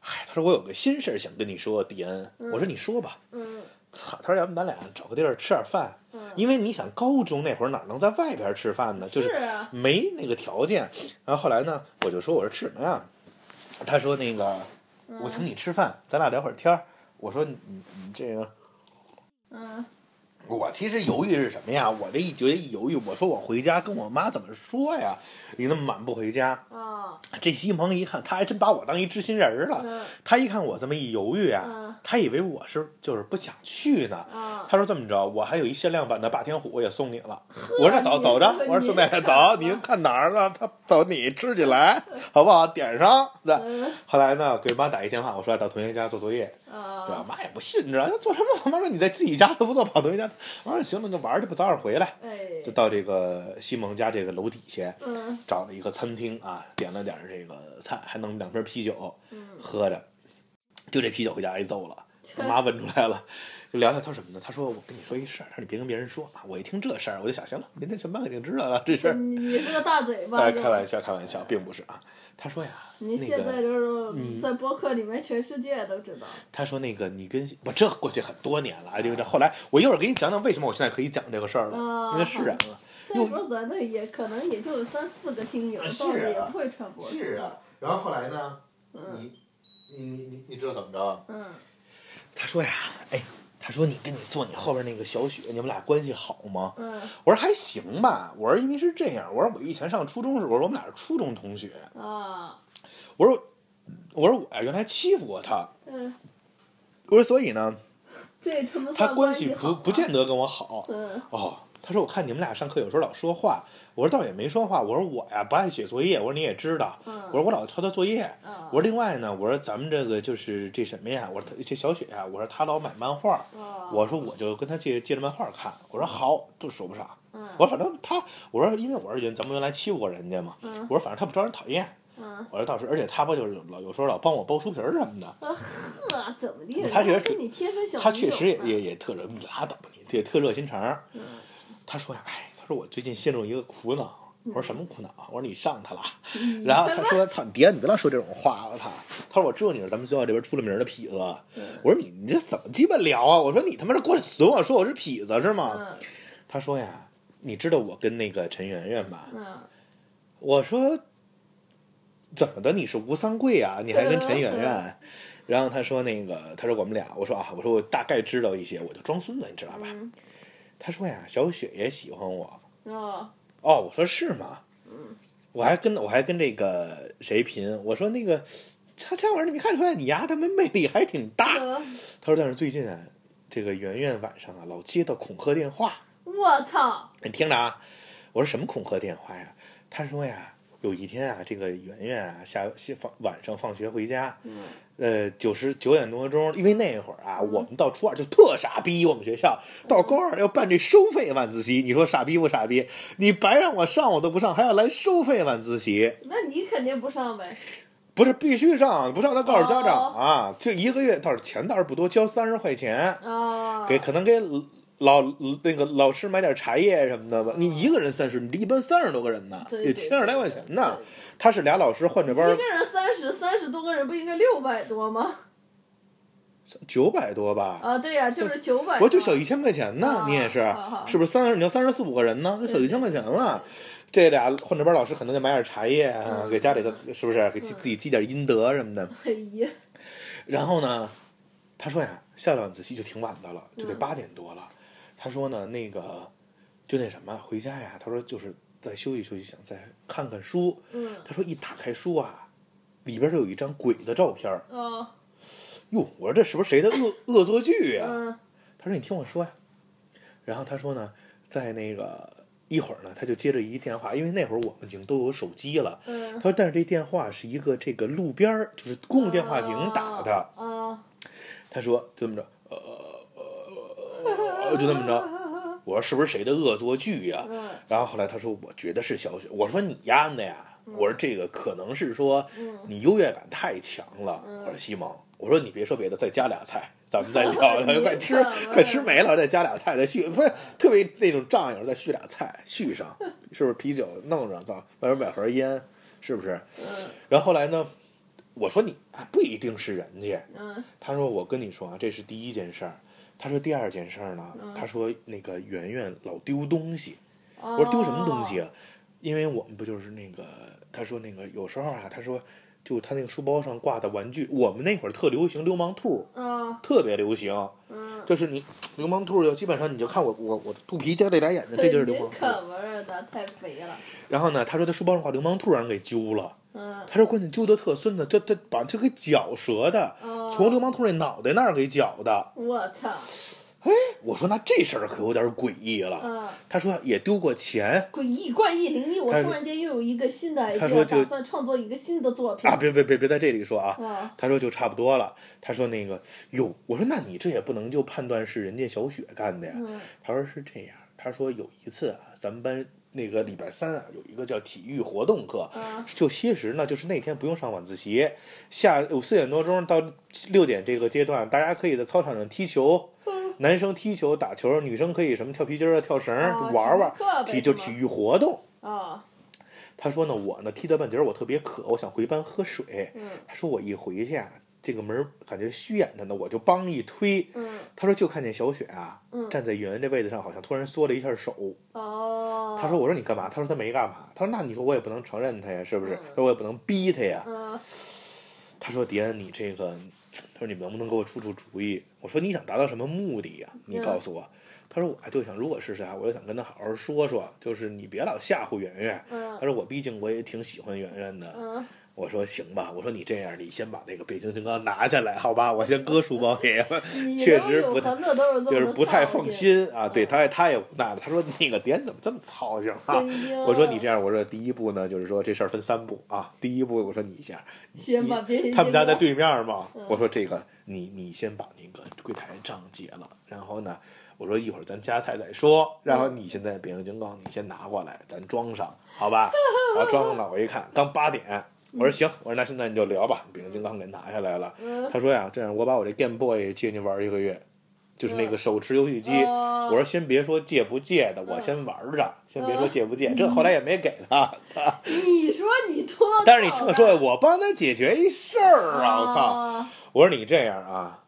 Speaker 2: 哎，他说我有个心事儿想跟你说，迪恩。”我说：“你说吧。
Speaker 4: 嗯”
Speaker 2: 操，他说：“要不咱俩找个地儿吃点饭？
Speaker 4: 嗯，
Speaker 2: 因为你想，高中那会儿哪能在外边吃饭呢？就是是
Speaker 4: 啊，
Speaker 2: 没那个条件。然后后来呢，我就说我说吃什么呀？他说那个
Speaker 4: 嗯
Speaker 2: 我请你吃饭，咱俩聊会儿天儿。我说你你你这个，
Speaker 4: 嗯
Speaker 2: 我其实犹豫是什么呀？我这一觉得一犹豫，我说我回家跟我妈怎么说呀？你那么晚不回家，
Speaker 4: 啊
Speaker 2: 这西蒙一看，他还真把我当一知心人儿了。
Speaker 4: 嗯
Speaker 2: 他一看我这么一犹豫啊，
Speaker 4: 啊
Speaker 2: 他以为我是就是不想去呢。
Speaker 4: 啊，
Speaker 2: 他说这么着，我还有一限量版的霸天虎，我也送你了。我说那走
Speaker 4: 你
Speaker 2: 走着，
Speaker 4: 这
Speaker 2: 我说
Speaker 4: 你
Speaker 2: 兄弟
Speaker 4: 看
Speaker 2: 走，
Speaker 4: 了
Speaker 2: 您看哪儿呢？他走你吃起来好不好？点上。那
Speaker 4: 嗯
Speaker 2: 后来呢，给妈打一电话，我说要到同学家做作业，对吧
Speaker 4: 啊，？
Speaker 2: 妈也不信，你知道做什么？ 我妈说你在自己家都不做，跑同学家。我说行了，那就玩儿去吧，早点回来。
Speaker 4: 哎
Speaker 2: 就，到这个西蒙家这个楼底下，
Speaker 4: 嗯
Speaker 2: 找了一个餐厅啊，点了点儿这个菜，还弄两瓶啤酒，
Speaker 4: 嗯
Speaker 2: 喝着，就这啤酒回家挨揍了。我妈问出来了，就聊聊他说什么呢？他说我跟你说一事儿，他说你别跟别人说啊。我一听这事儿，我就想行了，明天全班肯定知道了这事
Speaker 1: 嗯
Speaker 2: 儿。
Speaker 4: 你你是个大嘴巴
Speaker 2: 哎，
Speaker 4: 子，
Speaker 2: 开玩笑，开玩笑，并不是啊。他说呀，
Speaker 4: 您
Speaker 2: 那
Speaker 4: 现在
Speaker 2: 个，嗯
Speaker 4: 就是
Speaker 2: 你
Speaker 4: 在播客里面，全世界都知道。
Speaker 2: 他说那个，你跟我这过去很多年了，啊，这个后来我一会儿给你讲讲为什么我现在可以讲这个事儿了，
Speaker 4: 啊
Speaker 2: 因为释然了。
Speaker 4: 再说咱这也可能也就三四个听友，
Speaker 2: 啊是
Speaker 4: 到时候
Speaker 2: 啊
Speaker 4: 也不会传播。，，
Speaker 2: 然后后来呢，
Speaker 4: 嗯
Speaker 2: 你你你你知道怎么着啊？
Speaker 4: 嗯
Speaker 2: 他说呀，哎，他说你跟你坐你后边那个小雪，你们俩关系好吗？
Speaker 4: 嗯
Speaker 2: 我说还行吧，我说因为是这样，我说我以前上初中的时候，我说我们俩是初中同学，
Speaker 4: 啊
Speaker 2: 我说我说我原来欺负过他，
Speaker 4: 嗯，
Speaker 2: 我说所以呢，
Speaker 4: 这他妈
Speaker 2: 他
Speaker 4: 算
Speaker 2: 关
Speaker 4: 系
Speaker 2: 系
Speaker 4: 好
Speaker 2: 不
Speaker 4: 啊
Speaker 2: 不见得跟我好
Speaker 4: 嗯
Speaker 2: 哦。他说我看你们俩上课有时候老说话，我说倒也没说话，我说我呀不爱写作业，我说你也知道，我
Speaker 4: 嗯
Speaker 2: 说我老抄他作业。
Speaker 4: 啊
Speaker 2: 我说另外呢，我说咱们这个就是这什么呀？我说他这小雪啊呀、我说她老买漫画，
Speaker 4: 啊
Speaker 2: 我说我就跟她借借着漫画看。我说好，就说不上。
Speaker 4: 嗯
Speaker 2: 我说反正她，我说因为我是原咱们原来欺负过人家嘛，
Speaker 4: 嗯
Speaker 2: 我说反正她不招人讨厌。
Speaker 4: 嗯
Speaker 2: 我说到时候，而且她吧就是老有时候老帮我包书皮儿什么的，
Speaker 4: 嗯呵怎么地？
Speaker 2: 他确实
Speaker 4: 是你贴身小
Speaker 2: 她确实也
Speaker 4: 女友
Speaker 2: 也
Speaker 4: 呢
Speaker 2: 也特热，你拉倒吧你，也特热心肠儿。
Speaker 4: 嗯
Speaker 2: 她说呀，哎，她说我最近陷入一个苦恼。我说什么苦恼啊？我说你上她了。
Speaker 4: 嗯
Speaker 2: 然后 她说：“操，你别，你别老说这种话，我操！”她说：“我知道你是咱们学校这边出了名儿的痞子。”
Speaker 4: 嗯
Speaker 2: 我说你你这怎么鸡巴聊啊？我说你他妈是过来损我说我是痞子是吗？
Speaker 4: 嗯
Speaker 2: 他说呀，你知道我跟那个陈圆圆吧？
Speaker 4: 嗯
Speaker 2: 我说怎么的？你是吴三桂啊？你还跟陈圆
Speaker 4: 嗯
Speaker 2: 圆？然后他说那个，他说我们俩，我说啊，我说我大概知道一些，我就装孙子，你知道吧？
Speaker 4: 嗯
Speaker 2: 他说呀，小雪也喜欢我。
Speaker 4: 哦
Speaker 2: 哦，我说是吗？
Speaker 4: 嗯
Speaker 2: 我还跟我还跟这个谁贫，我说那个，他这玩意儿你没看出来你丫他妈魅力还挺大。
Speaker 4: 嗯
Speaker 2: 他说：“但是最近啊，这个圆圆晚上啊老接到恐吓电话，
Speaker 4: 我操
Speaker 2: 你听着啊。”我说：“什么恐吓电话呀？”他说：“呀，有一天啊，这个圆圆啊下下放晚上放学回家，
Speaker 4: 嗯
Speaker 2: 呃，九十九点多钟，因为那会儿啊，我们到初二就特傻逼，我们学校到高二要办这收费晚自习，你说傻逼不傻逼？你白让我上我都不上，还要来收费晚自习。”
Speaker 4: 那你肯定不上呗
Speaker 2: 不是必须上，不上他告诉家长啊，就一个月倒是钱倒是不多，交三十块钱，
Speaker 4: 啊
Speaker 2: 给可能给老那个老师买点茶叶什么的吧。你一个人三十，你这一般三十多个人呢，
Speaker 4: 对
Speaker 2: 得
Speaker 4: 对
Speaker 2: 七十来块钱呢。他是俩老师换着班
Speaker 4: 一
Speaker 2: 儿，
Speaker 4: 个人三十三十多个人不应该六百多吗？
Speaker 2: 九百多吧，
Speaker 4: 啊对呀就是九百
Speaker 2: 我就小一千块钱呢
Speaker 4: 啊。
Speaker 2: 你也是
Speaker 4: 好好，
Speaker 2: 是不是三十？你要三十四五个人呢，就小一千块钱了。这俩换着班儿老师可能得买点茶叶啊，
Speaker 4: 嗯
Speaker 2: 给家里头是不是给自自己积点阴德什么的？
Speaker 4: 哎 呀
Speaker 2: 然后呢，他说呀，下了晚自习就挺晚的了，就得
Speaker 4: 嗯
Speaker 2: 八点多了。他说呢，那个就那什么，回家呀，他说就是再休息休息，想再看看书。
Speaker 4: 嗯
Speaker 2: 他说一打开书啊，里边就有一张鬼的照片儿。
Speaker 4: 哦。
Speaker 2: 哟，我说这是不是谁的 恶恶作剧呀、
Speaker 4: 嗯
Speaker 2: 他说你听我说呀。然后他说呢，在那个一会儿呢，他就接着一电话，因为那会儿我们已经都有手机了。他
Speaker 4: 嗯，
Speaker 2: 说，但是这电话是一个这个路边儿，就是公用电话亭打的。
Speaker 4: 啊
Speaker 1: 哦
Speaker 4: 啊，
Speaker 2: 他说就这么着，呃呃呃，就这么着。我说是不是谁的恶作剧呀、
Speaker 4: 嗯
Speaker 2: 然后后来他说，我觉得是小雪。我说你丫的呀！我说这个可能是说
Speaker 4: 嗯
Speaker 2: 你优越感太强了。
Speaker 4: 嗯
Speaker 2: 我说西蒙，我说你别说别的，再加俩菜，咱们再聊聊，快吃
Speaker 1: 你看
Speaker 2: 快吃没了，再加俩菜，再续，不是特别那种仗义，再续俩菜，续上，是不是啤酒弄上，咱外边买盒烟，是不是？
Speaker 1: 嗯
Speaker 2: 然后后来呢，我说你哎不一定是人家，
Speaker 1: 嗯
Speaker 2: 他说我跟你说啊，这是第一件事儿。他说第二件事儿呢，
Speaker 1: 嗯
Speaker 2: 他说那个圆圆老丢东西，
Speaker 1: 哦
Speaker 2: 我说丢什么东西啊？因为我们不就是那个，他说那个有时候啊，他说就他那个书包上挂的玩具，我们那会儿特流行流氓兔，
Speaker 1: 嗯
Speaker 2: 特别流行，
Speaker 1: 嗯，
Speaker 2: 就是你流氓兔就基本上你就看我我我肚皮加这俩眼睛，这就是流氓
Speaker 1: 你
Speaker 2: 兔。
Speaker 1: 可不是的，太肥了。
Speaker 2: 然后呢，他说他书包上挂流氓兔让人给揪了，
Speaker 1: 嗯，
Speaker 2: 他说关键揪得特孙子，这这把这给绞折的，
Speaker 1: 哦
Speaker 2: 从流氓兔那脑袋那儿给绞的。
Speaker 1: 我操，
Speaker 2: 我说那这事儿可有点诡异了。
Speaker 1: 嗯，
Speaker 2: 他说也丢过钱，
Speaker 1: 诡异、怪异、灵异，我
Speaker 2: 他
Speaker 1: 突
Speaker 2: 说
Speaker 1: 然间又有一个新的
Speaker 2: 他说
Speaker 1: idea，
Speaker 2: 就
Speaker 1: 打算创作一个新的作品
Speaker 2: 啊，。别别别别在这里说啊。
Speaker 1: 啊，
Speaker 2: 他说就差不多了。他说那个哟，我说那你这也不能就判断是人家小雪干的呀。
Speaker 1: 嗯
Speaker 2: 他说是这样，他说有一次啊，咱们班那个礼拜三啊有一个叫体育活动课，
Speaker 1: 啊
Speaker 2: 就些时呢，就是那天不用上晚自习，下午四点多钟到六点这个阶段，大家可以在操场上踢球，男生踢球打球，女生可以什么跳皮筋儿啊、跳绳儿、
Speaker 1: 啊
Speaker 2: 玩玩
Speaker 1: 体育课，呗
Speaker 2: 体就是体
Speaker 1: 吗
Speaker 2: 育活动。
Speaker 1: 啊，
Speaker 2: 他说呢，我呢踢到半截儿，我特别渴，我想回班喝水。
Speaker 1: 嗯
Speaker 2: 他说我一回去啊，这个门儿感觉虚掩着呢，我就梆一推。
Speaker 1: 嗯
Speaker 2: 他说就看见小雪啊，
Speaker 1: 嗯，
Speaker 2: 站在圆圆这位置上，好像突然缩了一下手。
Speaker 1: 哦，
Speaker 2: 他说我说你干嘛？他说他没干嘛。他说那你说我也不能承认他呀，是不是？
Speaker 1: 嗯
Speaker 2: 他说我也不能逼他呀。
Speaker 1: 嗯
Speaker 2: 他说迪安，你这个，他说你能不能给我出出主意？我说你想达到什么目的呀、你
Speaker 1: 嗯
Speaker 2: 告诉我。他说我就想，如果是啥，我就想跟他好好说说，就是你别老吓唬圆圆。他
Speaker 1: 嗯
Speaker 2: 说我毕竟我也挺喜欢圆圆的。
Speaker 1: 嗯，
Speaker 2: 我说行吧，我说你这样，你先把那个北京金刚拿下来，好吧？我先搁书包里。
Speaker 1: 你
Speaker 2: 确
Speaker 1: 都
Speaker 2: 实
Speaker 1: 有
Speaker 2: 不太
Speaker 1: 和乐都有这
Speaker 2: 就是
Speaker 1: 么
Speaker 2: 不太
Speaker 1: 操
Speaker 2: 放
Speaker 1: 心。
Speaker 2: 心啊。对，他他也无奈了，他说那个点怎么这么操心啊？
Speaker 1: 哎呀
Speaker 2: 我说你这样，我说第一步呢，就是说这事儿分三步啊。第一步，我说你先，
Speaker 1: 先把别人
Speaker 2: 他们家在
Speaker 1: 先
Speaker 2: 对面嘛，
Speaker 1: 嗯
Speaker 2: 我说这个你你先把那个柜台账结了，然后呢，我说一会儿咱加菜再说，然后你现在变形金刚你先拿过来，咱装上，好吧？然后装上了，我一看刚八点。我说行，我说那现在你就聊吧，变形金刚给拿下来了。
Speaker 1: 嗯
Speaker 2: 他说呀，这样我把我这 Game Boy 借你玩一个月，就是那个手持游戏机。
Speaker 1: 哦
Speaker 2: 我说先别说借不借的，我
Speaker 1: 嗯
Speaker 2: 先玩着，先别说借 不借，这后来也没给他。操！
Speaker 1: 你说你多操蛋，
Speaker 2: 但是你听我说，我帮他解决一事儿啊！我操！
Speaker 1: 啊，
Speaker 2: 我说你这样啊，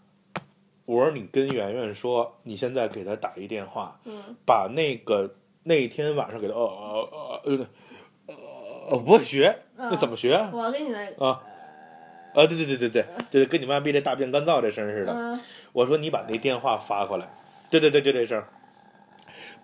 Speaker 2: 我说你跟圆圆说，你现在给他打一电话，
Speaker 1: 嗯
Speaker 2: 把那个那天晚上给他，哦哦哦呃呃呃，不会学，那怎么学啊？
Speaker 1: 我给你来，
Speaker 2: 啊啊，对对对对对，就是跟你妈逼这大便干燥这声儿似的。
Speaker 1: 嗯
Speaker 2: 我说你把那电话发过来，对对对，就这事儿。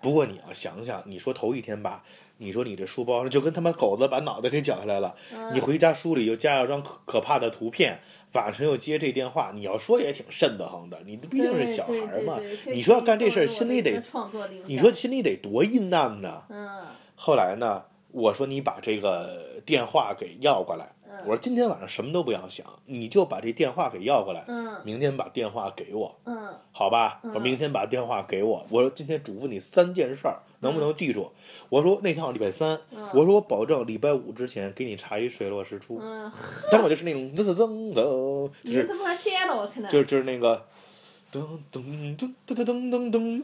Speaker 2: 不过你要想想，你说头一天吧，你说你这书包就跟他妈狗子把脑袋给绞下来了，
Speaker 1: 嗯
Speaker 2: 你回家书里又加了张可可怕的图片，晚上又接这电话，你要说也挺瘆得慌的，你毕竟是小孩儿嘛，
Speaker 1: 对对对对
Speaker 2: 你说要干这事儿
Speaker 1: 这是我
Speaker 2: 心里
Speaker 1: 的一
Speaker 2: 得
Speaker 1: 个创作灵感
Speaker 2: 你说心里得多阴暗呢。
Speaker 1: 嗯
Speaker 2: 后来呢，我说你把这个电话给要过来，
Speaker 1: 嗯
Speaker 2: 我说今天晚上什么都不要想，你就把这电话给要过来，
Speaker 1: 嗯
Speaker 2: 明天把电话给我。
Speaker 1: 嗯
Speaker 2: 好吧，
Speaker 1: 嗯
Speaker 2: 我明天把电话给我。我说今天嘱咐你三件事儿，能不能记住？我说那天好像礼拜三，
Speaker 1: 嗯
Speaker 2: 我说我保证礼拜五之前给你查一水落石出。
Speaker 1: 嗯，
Speaker 2: 当我就是那种噌噌噌，就
Speaker 1: 你这
Speaker 2: 是
Speaker 1: 他妈瞎了，我看到
Speaker 2: 就是就是那个噔噔噔噔噔噔噔噔噔，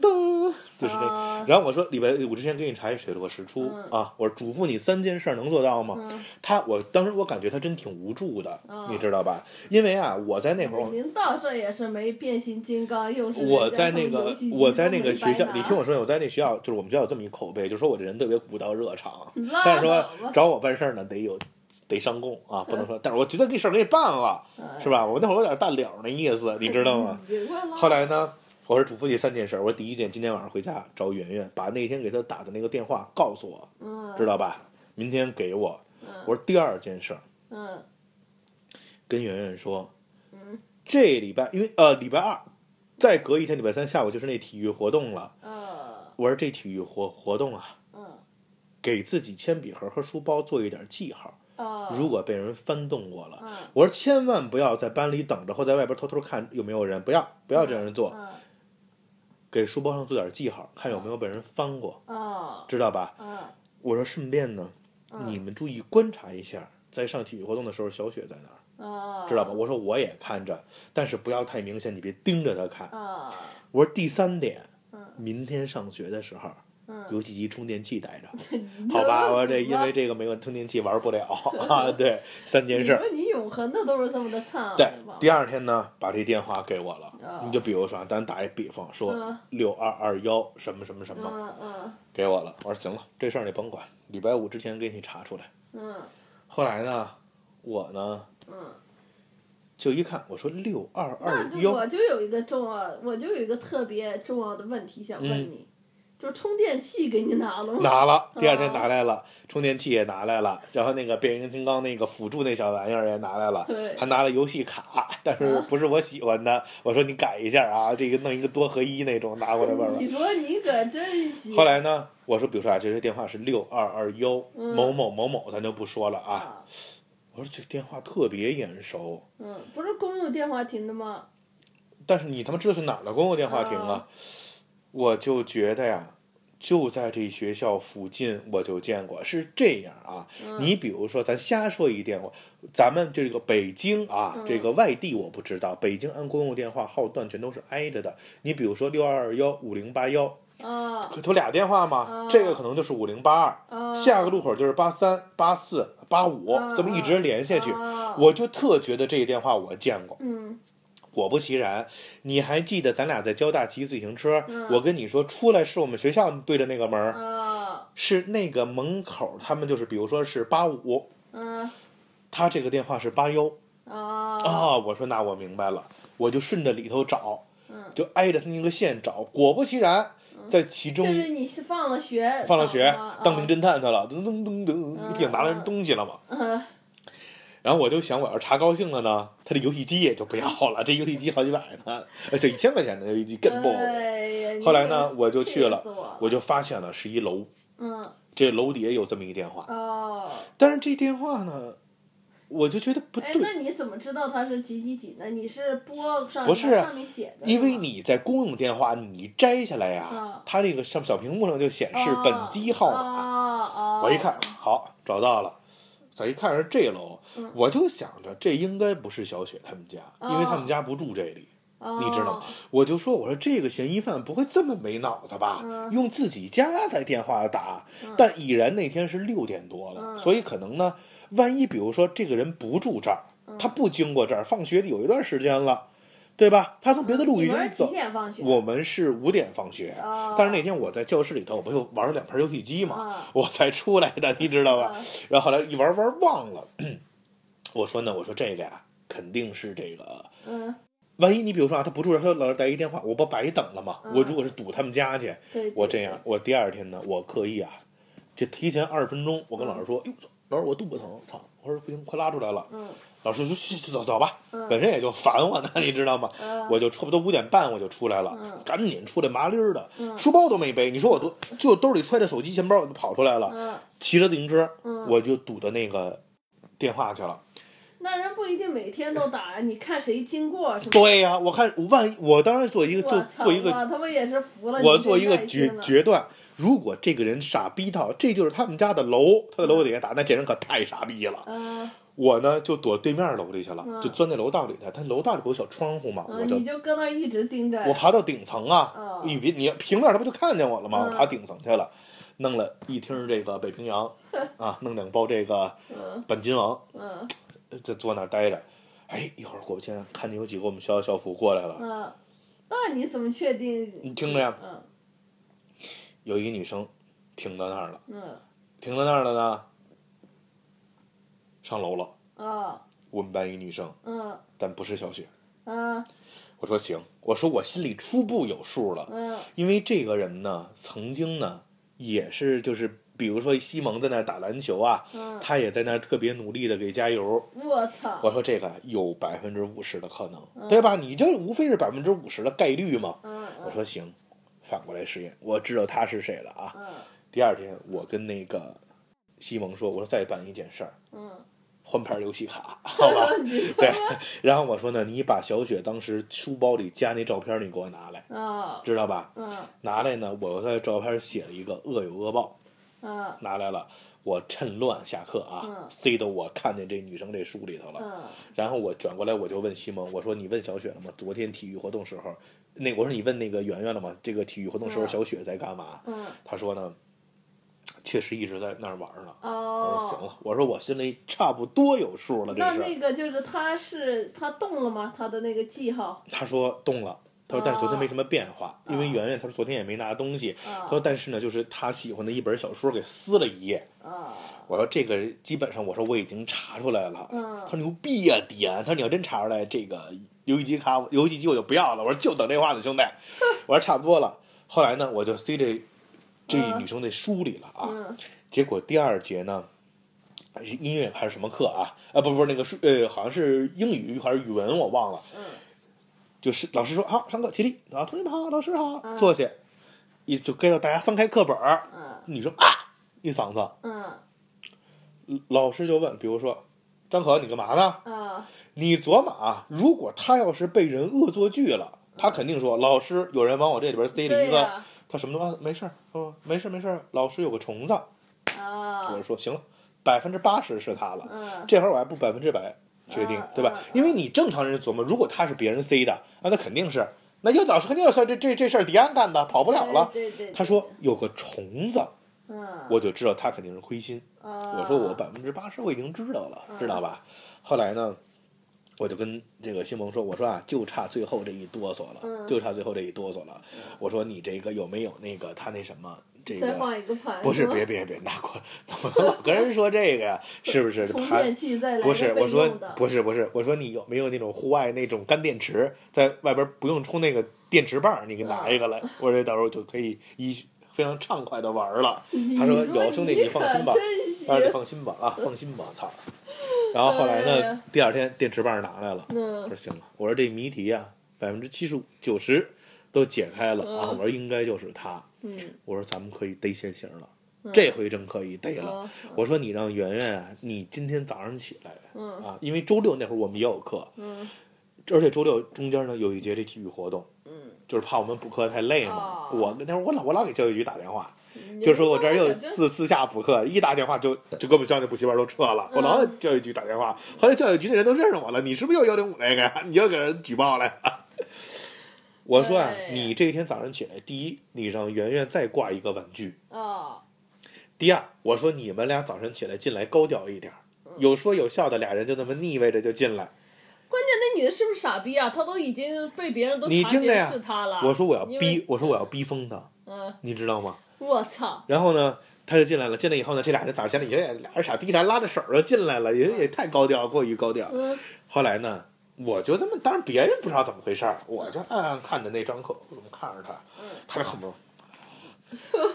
Speaker 2: 就是那个。
Speaker 1: 啊
Speaker 2: 然后我说礼拜五之前给你查一水落石出
Speaker 1: 嗯
Speaker 2: 啊，我说嘱咐你三件事儿能做到吗？
Speaker 1: 嗯
Speaker 2: 他我当时我感觉他真挺无助的，
Speaker 1: 嗯
Speaker 2: 你知道吧？因为啊，我在那会儿我
Speaker 1: 您到这也是没变形金刚，又是
Speaker 2: 我
Speaker 1: 人家
Speaker 2: 在
Speaker 1: 他们
Speaker 2: 那
Speaker 1: 游
Speaker 2: 个
Speaker 1: 戏机
Speaker 2: 我
Speaker 1: 都
Speaker 2: 在那个
Speaker 1: 没
Speaker 2: 学
Speaker 1: 白
Speaker 2: 校
Speaker 1: 拿，
Speaker 2: 你听我说，我在那学校就是我们学校有这么一口碑，就说我这人特别古道热肠，
Speaker 1: 你拉
Speaker 2: 但是说
Speaker 1: 倒吧
Speaker 2: 找我办事儿呢得有得上供啊，不能说，但是我觉得这事儿给你办了，是？吧？我那会儿有点大了那意思，你知道吗？
Speaker 1: 哎？你快拉
Speaker 2: 后来呢，我是嘱咐你三件事儿，我说第一件，今天晚上回家找圆圆，把那天给她打的那个电话告诉我，
Speaker 1: 嗯
Speaker 2: 知道吧？明天给我。
Speaker 1: 嗯
Speaker 2: 我说第二件事儿，
Speaker 1: 嗯
Speaker 2: 跟圆圆说，
Speaker 1: 嗯
Speaker 2: 这礼拜因为呃礼拜二，再隔一天礼拜三下午就是那体育活动了。
Speaker 1: 呃
Speaker 2: 我说这体育活活动啊，
Speaker 1: 嗯
Speaker 2: 给自己铅笔盒和书包做一点记号，
Speaker 1: 呃
Speaker 2: 如果被人翻动过了，
Speaker 1: 嗯
Speaker 2: 我说千万不要在班里等着或在外边偷偷看有没有人，不要不要这样做，
Speaker 1: 嗯
Speaker 2: 给书包上做点记号，看有没有被人翻过，
Speaker 1: 哦
Speaker 2: 知道吧？
Speaker 1: 嗯
Speaker 2: 我说顺便呢，
Speaker 1: 嗯
Speaker 2: 你们注意观察一下，在上体育活动的时候，小雪在哪儿？
Speaker 1: 啊，
Speaker 2: 知道吧？我说我也看着，但是不要太明显，你别盯着他看。
Speaker 1: 啊，
Speaker 2: 我说第三点
Speaker 1: 嗯，
Speaker 2: 明天上学的时候，
Speaker 1: 嗯，
Speaker 2: 游戏机充电器带着，
Speaker 1: 你
Speaker 2: 好吧？
Speaker 1: 说
Speaker 2: 我说这
Speaker 1: 你
Speaker 2: 因
Speaker 1: 吧
Speaker 2: 为这个没有充电器玩 不了啊。对，三件事
Speaker 1: 你
Speaker 2: 儿。
Speaker 1: 说你永恒的都是这么的灿烂
Speaker 2: 对
Speaker 1: 的吧，？
Speaker 2: 第二天呢，把这电话给我了
Speaker 1: 啊。
Speaker 2: 你就比如说，咱打一比方说
Speaker 1: 嗯
Speaker 2: 六二二幺什么什么什么
Speaker 1: 嗯嗯
Speaker 2: 给我了，我说行了，这事儿你甭管，礼拜五之前给你查出来。
Speaker 1: 嗯
Speaker 2: 后来呢，我呢
Speaker 1: 嗯，
Speaker 2: 就一看，我说六二二
Speaker 1: 那就
Speaker 2: 幺，
Speaker 1: 我就有一个重要，我就有一个特别重要的问题想问你，就是充电器给你拿了吗？
Speaker 2: 拿了，第二天拿来了，充电器也拿来了，然后那个变形金刚那个辅助那小玩意儿也拿来了。
Speaker 1: 对，啊
Speaker 2: 还拿了游戏卡， 但是不是我喜欢的。我说你改一下啊，这个弄一个多合一那种拿过来玩玩。
Speaker 1: 你说你可真行。
Speaker 2: 后来呢，我说，比如说啊，这个电话是六二二幺
Speaker 1: 嗯
Speaker 2: 某某某某，咱就不说了啊。
Speaker 1: 啊，
Speaker 2: 我说这电话特别眼熟，
Speaker 1: 嗯，不是公用电话亭的吗？
Speaker 2: 但是你他妈知道是哪儿的公共电话亭啊？我就觉得呀，就在这学校附近，我就见过。是这样啊，
Speaker 1: 嗯
Speaker 2: 你比如说，咱瞎说一电话，咱们这个北京啊，
Speaker 1: 嗯
Speaker 2: 这个外地我不知道，北京按公共电话号段全都是挨着的。你比如说六二二幺五零八幺，
Speaker 1: 啊
Speaker 2: 可它不俩电话吗？
Speaker 1: 嗯
Speaker 2: 这个可能就是五零八二。
Speaker 1: 啊，
Speaker 2: 下个路口就是八三、八四、八五，
Speaker 1: 嗯
Speaker 2: 这么一直连下去，
Speaker 1: 啊
Speaker 2: 我就特觉得这个电话我见过。
Speaker 1: 嗯
Speaker 2: 果不其然，你还记得咱俩在交大骑自行车，
Speaker 1: 嗯
Speaker 2: 我跟你说出来是我们学校对着那个门儿，
Speaker 1: 啊
Speaker 2: 是那个门口，他们就是比如说是八五，
Speaker 1: 嗯
Speaker 2: 他这个电话是八幺
Speaker 1: 啊
Speaker 2: 啊。我说那我明白了，我就顺着里头找，
Speaker 1: 嗯，
Speaker 2: 就挨着他那个线找。果不其然，在其中
Speaker 1: 就
Speaker 2: 一
Speaker 1: 是你是放了学，啊
Speaker 2: 放了学
Speaker 1: 早吗，
Speaker 2: 当名侦探去了，噔噔噔噔，
Speaker 1: 嗯
Speaker 2: 一定拿了人东西了嘛。
Speaker 1: 嗯
Speaker 2: 然后我就想，我要查高兴了呢，他这游戏机也就不要 了，这游戏机好几百呢，而且一千块钱的游戏机更不。
Speaker 1: 哎呀你
Speaker 2: 后来呢，我就
Speaker 1: 这
Speaker 2: 去
Speaker 1: 气
Speaker 2: 了，
Speaker 1: 死我了，
Speaker 2: 我就发现了是一楼，
Speaker 1: 嗯
Speaker 2: 这楼底下有这么一电话，
Speaker 1: 哦，
Speaker 2: 但是这电话呢，我就觉得不
Speaker 1: 哎，
Speaker 2: 对，
Speaker 1: 那你怎么知道它是几几几呢？你是拨上
Speaker 2: 不是
Speaker 1: 它
Speaker 2: 啊
Speaker 1: 上面写的吗，
Speaker 2: 因为你在公用电话你一摘下来呀
Speaker 1: 嗯，
Speaker 2: 它这个上小屏幕上就显示
Speaker 1: 哦
Speaker 2: 本机号码，
Speaker 1: 哦哦，
Speaker 2: 我一看，好找到了。再一看是这楼
Speaker 1: 嗯，
Speaker 2: 我就想着这应该不是小雪他们家，
Speaker 1: 哦
Speaker 2: 因为他们家不住这里。
Speaker 1: 哦，
Speaker 2: 你知道吗我就说，我说这个嫌疑犯不会这么没脑子吧？
Speaker 1: 嗯
Speaker 2: 用自己家的电话打，
Speaker 1: 嗯
Speaker 2: 但已然那天是六点多了，
Speaker 1: 嗯
Speaker 2: 所以可能呢，万一比如说这个人不住这儿，
Speaker 1: 嗯
Speaker 2: 他不经过这儿，放学有一段时间了，对吧？他从别的路
Speaker 1: 嗯你
Speaker 2: 已
Speaker 1: 们
Speaker 2: 经
Speaker 1: 是
Speaker 2: 走
Speaker 1: 几。点放学？
Speaker 2: 我们是五点放学，
Speaker 1: 哦，
Speaker 2: 但是那天我在教室里头，我不就玩了两盘游戏机嘛，
Speaker 1: 啊
Speaker 2: 我才出来的，你知道吧？
Speaker 1: 啊
Speaker 2: 然后后来一玩玩忘了， 我说呢，我说这个呀，肯定是这个
Speaker 1: 嗯，
Speaker 2: 万一你比如说啊，他不住这儿，他老是来一电话，我不白等了吗？
Speaker 1: 嗯
Speaker 2: 我如果是堵他们家去，
Speaker 1: 对，
Speaker 2: 我
Speaker 1: 对
Speaker 2: 这样，，我第二天呢，我刻意啊，就提前二十分钟，我跟老师说，哟，老师我肚子疼，操！我说不行，快拉出来了。
Speaker 1: 嗯
Speaker 2: 老师说去去走走吧，
Speaker 1: 嗯
Speaker 2: 本身也就烦我呢，你知道吗？
Speaker 1: 嗯，
Speaker 2: 我就差不多五点半我就出来了
Speaker 1: 嗯，
Speaker 2: 赶紧出来麻溜儿的，
Speaker 1: 嗯
Speaker 2: 书包都没背。你说我都就兜里揣着手机、钱包，我就跑出来了，
Speaker 1: 嗯
Speaker 2: 骑着自行车，
Speaker 1: 嗯，
Speaker 2: 我就堵到那个电话去了。
Speaker 1: 那人不一定每天都打，你看谁经过是吧？
Speaker 2: 对呀、我看万一我当时做一个
Speaker 1: 我
Speaker 2: 做
Speaker 1: 操
Speaker 2: 做一个
Speaker 1: 我他妈也是服了。
Speaker 2: 我
Speaker 1: 你
Speaker 2: 做一个
Speaker 1: 这耐心
Speaker 2: 决
Speaker 1: 了
Speaker 2: 决断，如果这个人傻逼到这就是他们家的楼，他的楼底下打，那这人可太傻逼了。
Speaker 1: 嗯，
Speaker 2: 我呢就躲对面楼底下了，
Speaker 1: 嗯
Speaker 2: 就钻那楼道里头。他楼道里不有小窗户吗？
Speaker 1: 嗯
Speaker 2: 我就
Speaker 1: 你就搁那儿一直盯着呀。
Speaker 2: 我爬到顶层啊，
Speaker 1: 嗯
Speaker 2: 你别你平面他不就看见我了吗？我
Speaker 1: 嗯
Speaker 2: 爬顶层去了，弄了一听这个北冰 洋啊，弄两包这个
Speaker 1: 嗯
Speaker 2: 板筋王，
Speaker 1: 嗯
Speaker 2: 就坐那儿待着。哎，一会儿果不其然，看见有几个我们学校校服过来了。
Speaker 1: 嗯，那你怎么确定？
Speaker 2: 你听着呀，
Speaker 1: 嗯
Speaker 2: 有一个女生停到那儿了。
Speaker 1: 嗯
Speaker 2: 停在那儿了呢，上楼了。
Speaker 1: 啊
Speaker 2: 我们班一女生，
Speaker 1: 嗯
Speaker 2: 但不是小雪。
Speaker 1: 嗯
Speaker 2: 我说行，我说我心里初步有数了，
Speaker 1: 嗯
Speaker 2: 因为这个人呢，曾经呢也是就是，比如说西蒙在那儿打篮球啊，
Speaker 1: 嗯，
Speaker 2: 他也在那儿特别努力的给加油。
Speaker 1: 我操！
Speaker 2: 我说这个有百分之五十的可能，对吧？你这无非是百分之五十的概率嘛。
Speaker 1: 嗯
Speaker 2: 我说行，反过来实验，我知道他是谁了啊。
Speaker 1: 嗯
Speaker 2: 第二天我跟那个西蒙说，我说再办一件事儿。
Speaker 1: 嗯
Speaker 2: 换牌游戏卡，好吧？
Speaker 1: 嗯， 你
Speaker 2: 对，然后我说呢，你把小雪当时书包里夹那照片，你给我拿来，
Speaker 1: 啊
Speaker 2: 知道吧？
Speaker 1: 嗯
Speaker 2: 拿来呢，我在照片写了一个恶有恶报，
Speaker 1: 嗯
Speaker 2: 拿来了。我趁乱下课啊，塞到我看见这女生这书里头了。
Speaker 1: 嗯
Speaker 2: 然后我转过来我就问西蒙，我说你问小雪了吗？昨天体育活动时候，那我说你问那个圆圆了吗？这个体育活动时候
Speaker 1: 嗯
Speaker 2: 小雪在干嘛？
Speaker 1: 嗯
Speaker 2: 她说呢，确实一直在那儿玩呢。我说行
Speaker 1: 哦，
Speaker 2: 了，我说我心里差不多有数了，这
Speaker 1: 那
Speaker 2: 事儿。
Speaker 1: 那个就是他是他动了吗？他的那个记号
Speaker 2: 他说动了，他说但是昨天没什么变化，因为
Speaker 1: 啊
Speaker 2: 圆圆他说昨天也没拿东西，他
Speaker 1: 啊
Speaker 2: 说但是呢，就是他喜欢的一本小说给撕了一页。
Speaker 1: 啊
Speaker 2: 我说这个基本上我说我已经查出来了，他
Speaker 1: 嗯
Speaker 2: 说牛逼呀、点，他说你要真查出来这个游戏机卡游戏机我就不要了，我说就等这话呢兄弟，我说差不多了。后来呢，我就塞这这
Speaker 1: 嗯
Speaker 2: 女生那书里了啊，
Speaker 1: 嗯
Speaker 2: 结果第二节呢，还是音乐还是什么课啊？啊，不不是那个数，呃，好像是英语还是语文，我忘了。
Speaker 1: 嗯
Speaker 2: 就是老师说好，上课起立啊，同学们好，老师好，
Speaker 1: 嗯
Speaker 2: 坐下，一就该到大家翻开课本儿，
Speaker 1: 嗯
Speaker 2: 女生啊一嗓子，
Speaker 1: 嗯
Speaker 2: 老师就问，比如说张可你干嘛呢？
Speaker 1: 啊
Speaker 2: 你琢磨啊，如果他要是被人恶作剧了，他肯定说老师有人往我这里边塞了一
Speaker 1: 对
Speaker 2: 个，
Speaker 1: 呀
Speaker 2: 他什么都啊没事儿，哦没事儿没事儿，老师有个虫子，我
Speaker 1: 啊
Speaker 2: 就说行了，百分之八十是他了。
Speaker 1: 嗯
Speaker 2: 这会儿我还不百分之百确定
Speaker 1: 嗯，
Speaker 2: 对吧
Speaker 1: 嗯？
Speaker 2: 因为你正常人琢磨，如果他是别人塞的，啊，那肯定是，那要老师肯定要算这这这事儿迪安干的，跑不了了。
Speaker 1: 对对对
Speaker 2: 他说有个虫子，
Speaker 1: 嗯啊
Speaker 2: 我就知道他肯定是亏心。
Speaker 1: 我
Speaker 2: 我说我百分之八十我已经知道了，
Speaker 1: 嗯
Speaker 2: 知道吧？后来呢，我就跟这个新蒙说，我说啊，就差最后这一哆嗦了，
Speaker 1: 嗯
Speaker 2: 就差最后这一哆嗦了。我说你这个有没有那个他那什么这
Speaker 1: 再
Speaker 2: 个？
Speaker 1: 换一个盘
Speaker 2: 不是，
Speaker 1: 吗
Speaker 2: 别别别，那我 我老跟人说这个呀，是不是？
Speaker 1: 充
Speaker 2: 盘
Speaker 1: 电器再来
Speaker 2: 不
Speaker 1: 个
Speaker 2: 是，
Speaker 1: 备
Speaker 2: 我说
Speaker 1: 用的
Speaker 2: 不是不是，我说你有没有那种户外那种干电池，在外边不用充那个电池棒儿，你给
Speaker 1: 嗯
Speaker 2: 拿一个来，我这到时候就可以一非常畅快的玩儿了。
Speaker 1: 你
Speaker 2: 他说有兄弟
Speaker 1: 你
Speaker 2: 你放心吧
Speaker 1: 可真行
Speaker 2: 他说你放心吧啊，放心吧，操。然后后来
Speaker 1: 哎
Speaker 2: 呢
Speaker 1: 呀，
Speaker 2: 第二天电池棒儿拿来了，我
Speaker 1: 嗯
Speaker 2: 说行了，我说这谜题呀、啊，百分之七十五九十都解开了啊，我
Speaker 1: 嗯
Speaker 2: 说应该就是他，
Speaker 1: 嗯
Speaker 2: 我说咱们可以逮现行了，
Speaker 1: 嗯
Speaker 2: 这回真可以逮了。
Speaker 1: 嗯
Speaker 2: 我说你让圆圆啊，你今天早上起来
Speaker 1: 嗯
Speaker 2: 啊，因为周六那会儿我们也有课，
Speaker 1: 嗯
Speaker 2: 而且周六中间呢有一节这体育活动，
Speaker 1: 嗯
Speaker 2: 就是怕我们补课太累嘛。
Speaker 1: 哦
Speaker 2: 我跟那会儿我老我老给教育局打电话，
Speaker 1: 嗯，
Speaker 2: 就说我这儿又
Speaker 1: 有
Speaker 2: 私私下补课，一打电话就就给我们教育补习班都撤了，我老给教育局打电话，后来教育局的人都认识我了，你是不是又幺零五那个呀？你 又给人举报来了。我说啊
Speaker 1: 哎，呀
Speaker 2: 你这天早上起来，第一，你让圆圆再挂一个玩具，
Speaker 1: 啊
Speaker 2: 第二，我说你们俩早晨起来进来高调一点儿，有说有笑的俩人就那么腻歪着就进来。
Speaker 1: 关键那女的是不是傻逼啊？她都已经被别人都
Speaker 2: 你
Speaker 1: 察
Speaker 2: 听着
Speaker 1: 觉
Speaker 2: 呀
Speaker 1: 是她了。
Speaker 2: 我说我要
Speaker 1: 啊因
Speaker 2: 逼
Speaker 1: 为，
Speaker 2: 我说我要逼疯他，
Speaker 1: 嗯，
Speaker 2: 你知道吗？
Speaker 1: 我操，
Speaker 2: 然后呢，他就进来了。进来以后呢，这俩人早上起来，你这俩人傻逼，还拉着手就进来了，也也太高调，过于高调。
Speaker 1: 嗯
Speaker 2: 后来呢，我就这么，当然别人不知道怎么回事儿，我就暗暗看着那张口，我这么看着他，
Speaker 1: 嗯
Speaker 2: 他就很不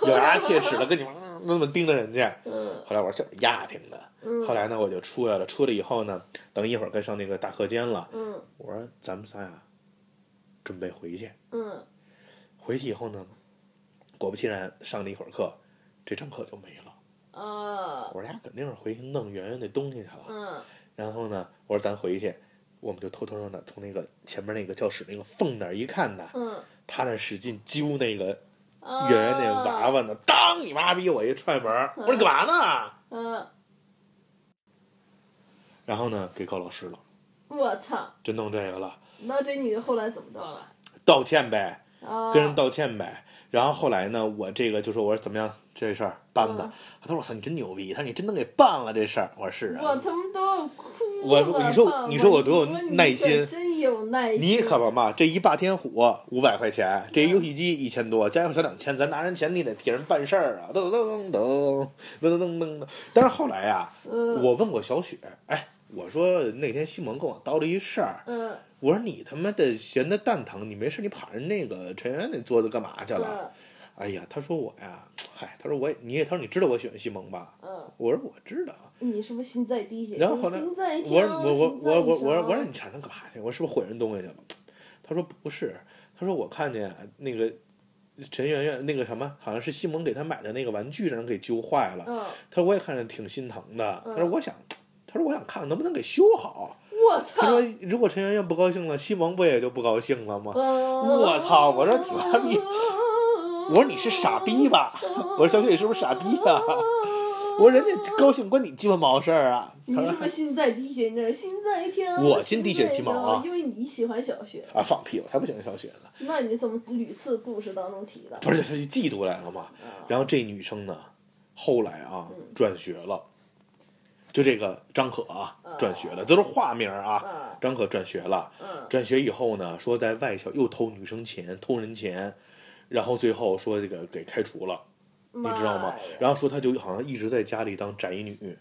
Speaker 2: 咬牙切齿的跟你们那么盯着人家。
Speaker 1: 嗯
Speaker 2: 后来我说就是压挺的。
Speaker 1: 嗯
Speaker 2: 后来呢，我就出来了。出来以后呢，等一会儿该上那个大课间了，
Speaker 1: 嗯
Speaker 2: 我说咱们仨呀，准备回去。
Speaker 1: 嗯，
Speaker 2: 回去以后呢，果不其然，上了一会儿课，这张课就没了。
Speaker 1: 啊
Speaker 2: 我说呀，哎肯定是回去弄圆圆那东西去了。
Speaker 1: 嗯
Speaker 2: 然后呢，我说咱回去，我们就偷偷的从那个前面那个教室那个缝那儿一看呢，
Speaker 1: 嗯，
Speaker 2: 他那使劲揪那个
Speaker 1: 啊
Speaker 2: 圆圆那娃，娃呢，当你妈逼我一踹门儿，我说你干嘛呢？
Speaker 1: 嗯，
Speaker 2: 然后呢，给告老师了，
Speaker 1: 我操，
Speaker 2: 就弄这个了，
Speaker 1: 那这女的后来怎么着了？
Speaker 2: 道歉呗。
Speaker 1: 啊，
Speaker 2: 跟人道歉呗。然后后来呢，我这个就说我说怎么样这事儿办的，
Speaker 1: 嗯
Speaker 2: 他说我操你真牛逼，他说你真能给办了这事儿。我说是
Speaker 1: 我
Speaker 2: 啊，
Speaker 1: 他妈都要哭
Speaker 2: 我
Speaker 1: 了
Speaker 2: 说你说
Speaker 1: 爸
Speaker 2: 你说我
Speaker 1: 我
Speaker 2: 多有
Speaker 1: 说你
Speaker 2: 耐
Speaker 1: 可
Speaker 2: 心
Speaker 1: 真有耐心，
Speaker 2: 你可不嘛，这一霸天虎五百块钱，这一游戏机一千多，加上小两千，咱拿人钱你得替人办事儿啊，噔噔噔噔噔噔噔噔。但是后来呀、
Speaker 1: 嗯
Speaker 2: 我问过小雪，哎，我说那天西蒙跟我叨了一事儿，
Speaker 1: 嗯
Speaker 2: 我说你他妈的闲的蛋疼，你没事你跑人那个陈源那桌子干嘛去了？
Speaker 1: 嗯
Speaker 2: 哎呀，他说我呀，嗨，他说我也你也，他说你知道我喜欢西蒙吧？
Speaker 1: 嗯，
Speaker 2: 我说我知道。
Speaker 1: 你是不是心在滴血？
Speaker 2: 然后后来
Speaker 1: 心在
Speaker 2: 我
Speaker 1: 跳
Speaker 2: 说我我
Speaker 1: 心在
Speaker 2: 我我我说
Speaker 1: 跳
Speaker 2: 我让你抢那干嘛去？我是不是毁人东西去了？他说不是，他说我看见那个陈圆圆那个什么，好像是西蒙给他买的那个玩具让人给揪坏了。
Speaker 1: 嗯，
Speaker 2: 他说我也看着挺心疼的。他说
Speaker 1: 嗯
Speaker 2: 我想，他说我想看看能不能给修好。
Speaker 1: 我
Speaker 2: 他
Speaker 1: 操
Speaker 2: 说！如果陈圆圆不高兴了，西蒙不也就不高兴了吗？
Speaker 1: 我
Speaker 2: 操我说你妈逼，我说你是傻逼吧？我说小雪你是不是傻逼啊？我说人家高兴关你鸡巴毛事儿啊！
Speaker 1: 你
Speaker 2: 他
Speaker 1: 是
Speaker 2: 说
Speaker 1: 不是心在滴血？你这是心在跳。
Speaker 2: 我心滴血鸡毛
Speaker 1: 心在
Speaker 2: 啊
Speaker 1: 跳因为你喜欢小雪，
Speaker 2: 啊，放屁，我才不喜欢小雪呢，
Speaker 1: 那你怎么屡次故事当中提的？
Speaker 2: 不是，他就嫉妒来了嘛。
Speaker 1: 啊嗯
Speaker 2: 然后这女生呢，后来啊转学了，就这个张可啊转学了，这都是化名儿啊。
Speaker 1: 啊，
Speaker 2: 张可转学了，
Speaker 1: 嗯
Speaker 2: 转学以后呢，说在外校又偷女生钱、偷人钱，然后最后说这个给开除了，
Speaker 1: 你
Speaker 2: 你知道吗？然后说他就好像一直在家里当宅女。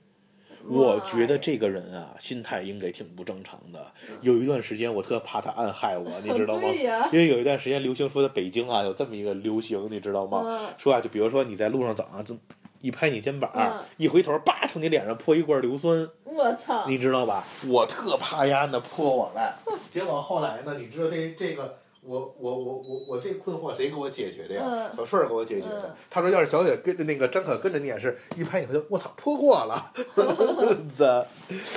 Speaker 2: 我觉得这个人啊，心态应该挺不正常的。有一段时间我特怕他暗害我，你知道吗？
Speaker 1: 嗯对呀、
Speaker 2: 因为有一段时间流行说在北京啊有这么一个流行，你知道吗？
Speaker 1: 嗯
Speaker 2: 说啊，就比如说你在路上走啊，这么一拍你肩膀，
Speaker 1: 嗯
Speaker 2: 一回头，叭，从你脸上泼一罐硫酸，
Speaker 1: 我操！
Speaker 2: 你知道吧？我特怕丫的泼我来，结果后来呢，你知道这这个。我我我我我这困惑谁给我解决的呀？
Speaker 1: 嗯
Speaker 2: 小顺儿给我解决的。
Speaker 1: 嗯
Speaker 2: 他说，要是小雪跟着那个张可跟着你也是，一拍你头，我操，泼过 了，这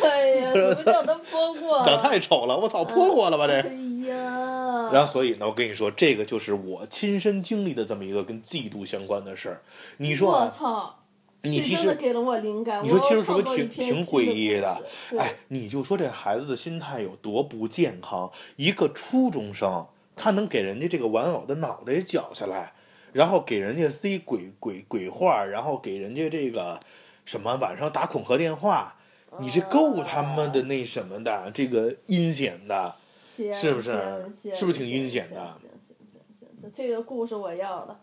Speaker 1: 哎呀，什 么叫都播过？
Speaker 2: 长太丑了，我操，泼过了吧这。
Speaker 1: 哎呀，
Speaker 2: 然后，所以呢，我跟你说，这个就是我亲身经历的这么一个跟嫉妒相关的事儿。你说
Speaker 1: 我
Speaker 2: 啊，
Speaker 1: 操！
Speaker 2: 你
Speaker 1: 这
Speaker 2: 其
Speaker 1: 真的
Speaker 2: 实，
Speaker 1: 给了我灵感。
Speaker 2: 你说
Speaker 1: 我
Speaker 2: 其实是不是
Speaker 1: 创作一
Speaker 2: 挺
Speaker 1: 篇
Speaker 2: 挺
Speaker 1: 新的
Speaker 2: 诡异
Speaker 1: 故
Speaker 2: 的
Speaker 1: 事？
Speaker 2: 哎，你就说这孩子的心态有多不健康？一个初中生，他能给人家这个玩偶的脑袋绞下来，然后给人家塞鬼鬼鬼话，然后给人家这个什么晚上打恐吓电话，你这够他妈的那什么的，这个阴险的。
Speaker 1: 对，
Speaker 2: 是不是
Speaker 1: 行行
Speaker 2: 是不是挺阴险
Speaker 1: 行
Speaker 2: 的啊
Speaker 1: 行行行行行这个故事我要了。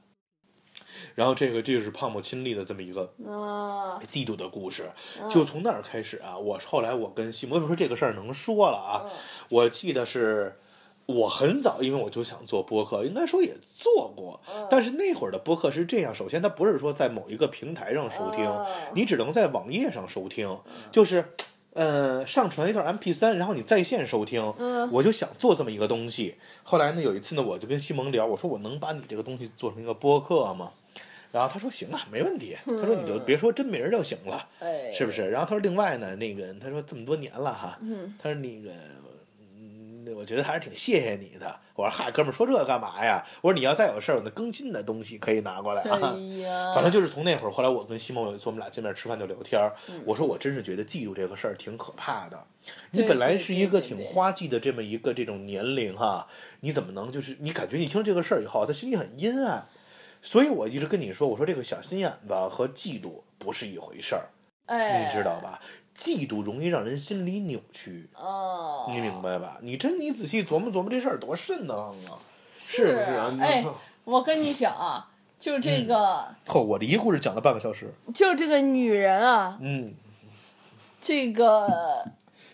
Speaker 2: 然后这个这就是胖胖亲历的这么一个
Speaker 1: 啊，
Speaker 2: 嫉妒的故事。
Speaker 1: 啊
Speaker 2: 就从那儿开始啊，我后来我跟西蒙，我跟你说这个事儿能说了啊，
Speaker 1: 嗯
Speaker 2: 我记得是我很早，因为我就想做播客，应该说也做过，
Speaker 1: 嗯
Speaker 2: 但是那会儿的播客是这样，首先它不是说在某一个平台上收听，
Speaker 1: 啊
Speaker 2: 你只能在网页上收听，
Speaker 1: 嗯
Speaker 2: 就是。呃，上传一段 MP 3然后你在线收听。
Speaker 1: 嗯
Speaker 2: 我就想做这么一个东西。后来呢，有一次呢，我就跟西蒙聊，我说我能把你这个东西做成一个播客吗？然后他说行啊，没问题。他说你就别说真名儿就行了。
Speaker 1: 哎，
Speaker 2: 是不是？然后他说另外呢，那个他说这么多年了哈，
Speaker 1: 嗯
Speaker 2: 他说那个，嗯，我觉得还是挺谢谢你的。我说嗨，哥们儿，说这干嘛呀？我说你要再有事儿，我那更新的东西可以拿过来
Speaker 1: 哎
Speaker 2: 啊。
Speaker 1: 呀，
Speaker 2: 反正就是从那会儿，后来我跟西蒙有一次我们俩见面吃饭就聊天儿，
Speaker 1: 嗯
Speaker 2: 我说我真是觉得嫉妒这个事儿挺可怕的。你
Speaker 1: 对
Speaker 2: 本来
Speaker 1: 对
Speaker 2: 是
Speaker 1: 对
Speaker 2: 一个
Speaker 1: 对
Speaker 2: 挺
Speaker 1: 对
Speaker 2: 花季的这么一个这种年龄哈，你怎么能就是你感觉你听这个事儿以后，他心里很阴暗。所以我一直跟你说，我说这个小心眼子和嫉妒不是一回事儿。
Speaker 1: 哎，
Speaker 2: 你知道？吧？嫉妒容易让人心理扭曲，
Speaker 1: 哦，
Speaker 2: 你明白吧？你真你仔细琢磨琢磨这事儿多瘆得慌啊，是不是啊？
Speaker 1: 是
Speaker 2: 你
Speaker 1: 哎
Speaker 2: 操
Speaker 1: 我跟你讲啊，就
Speaker 2: 嗯
Speaker 1: 这个，
Speaker 2: 嚯，哦我这一故事讲了半个小时，
Speaker 1: 就这个女人啊，
Speaker 2: 嗯，
Speaker 1: 这个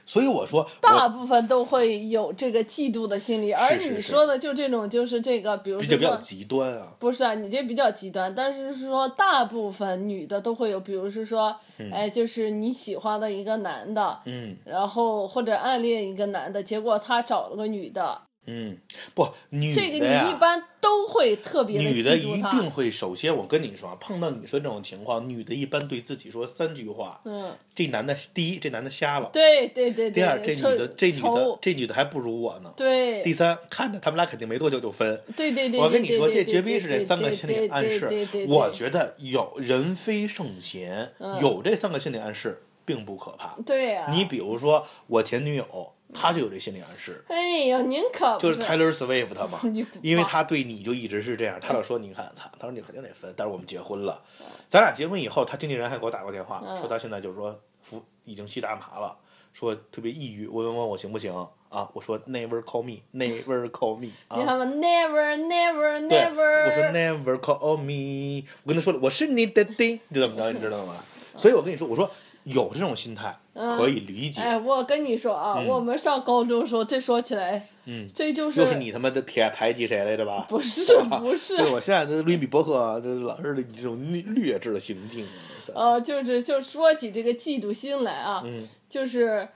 Speaker 2: 所以我说，
Speaker 1: 大
Speaker 2: 我
Speaker 1: 部分都会有这个嫉妒的心理，而
Speaker 2: 是
Speaker 1: 你
Speaker 2: 是
Speaker 1: 说的就这种，就是这个，比如
Speaker 2: 比
Speaker 1: 说
Speaker 2: 较比较极端啊，
Speaker 1: 不是啊，你这比较极端，但是是说大部分女的都会有，比如是说，哎，就是你喜欢的一个男的，
Speaker 2: 嗯
Speaker 1: 然后或者暗恋一个男的，结果他找了个女的，
Speaker 2: 嗯，不，女
Speaker 1: 这个
Speaker 2: 的呀
Speaker 1: 你一般都会特别
Speaker 2: 女
Speaker 1: 的
Speaker 2: 的
Speaker 1: 嫉
Speaker 2: 一
Speaker 1: 妒他。
Speaker 2: 定会，首先我跟你说啊，碰到你说这种情况，女的一般对自己说三句话：
Speaker 1: 嗯，
Speaker 2: 这男的，第一，这男的瞎了；
Speaker 1: 对对对对。
Speaker 2: 第二，这女
Speaker 1: 臭
Speaker 2: 的，这女的
Speaker 1: 丑，
Speaker 2: 这女的还不如我呢；
Speaker 1: 对
Speaker 2: 第三，看着他们俩肯定没多久就分。
Speaker 1: 对对对，
Speaker 2: 我跟
Speaker 1: 对
Speaker 2: 你说，
Speaker 1: 对
Speaker 2: 这
Speaker 1: 对对
Speaker 2: 绝逼是
Speaker 1: 对
Speaker 2: 这三个
Speaker 1: 对
Speaker 2: 心理
Speaker 1: 对
Speaker 2: 暗
Speaker 1: 对对
Speaker 2: 示
Speaker 1: 对。对
Speaker 2: 我觉得有人非圣贤，
Speaker 1: 嗯
Speaker 2: 有这三个心理暗示并不可怕。
Speaker 1: 对啊，
Speaker 2: 你比如说，我前女友，她就有这心理暗示，
Speaker 1: 哎呦，您可
Speaker 2: 就
Speaker 1: 不
Speaker 2: 是 Taylor Swift 嘛
Speaker 1: 你不，怕
Speaker 2: 因为她对你就一直是这样，她老说你看，操，她说你肯定得分，但是我们结婚了，咱俩结婚以后，她经纪人还给我打过电话，
Speaker 1: 嗯
Speaker 2: 说她现在就是说服已经吸大麻了，说特别抑郁，问问我行不行啊？我说 Never call me，Never call me 啊。
Speaker 1: 你看吧，never never
Speaker 2: 对，我说
Speaker 1: never，
Speaker 2: Never call me，我跟他说了，我是你的爹，就怎么着，你知道吗？所以我跟你说，我说有这种心态
Speaker 1: 嗯
Speaker 2: 可以理解，
Speaker 1: 哎，我跟你说啊，我们上高中的时候，这说起来，
Speaker 2: 嗯，
Speaker 1: 这就是
Speaker 2: 又是你他妈的排排挤谁来着吧？
Speaker 1: 不是不，
Speaker 2: 啊就是我现在的录音笔博客啊，这老是这种劣劣质的行径啊，在
Speaker 1: 呃，就是就说起这个嫉妒心来啊，
Speaker 2: 嗯
Speaker 1: 就是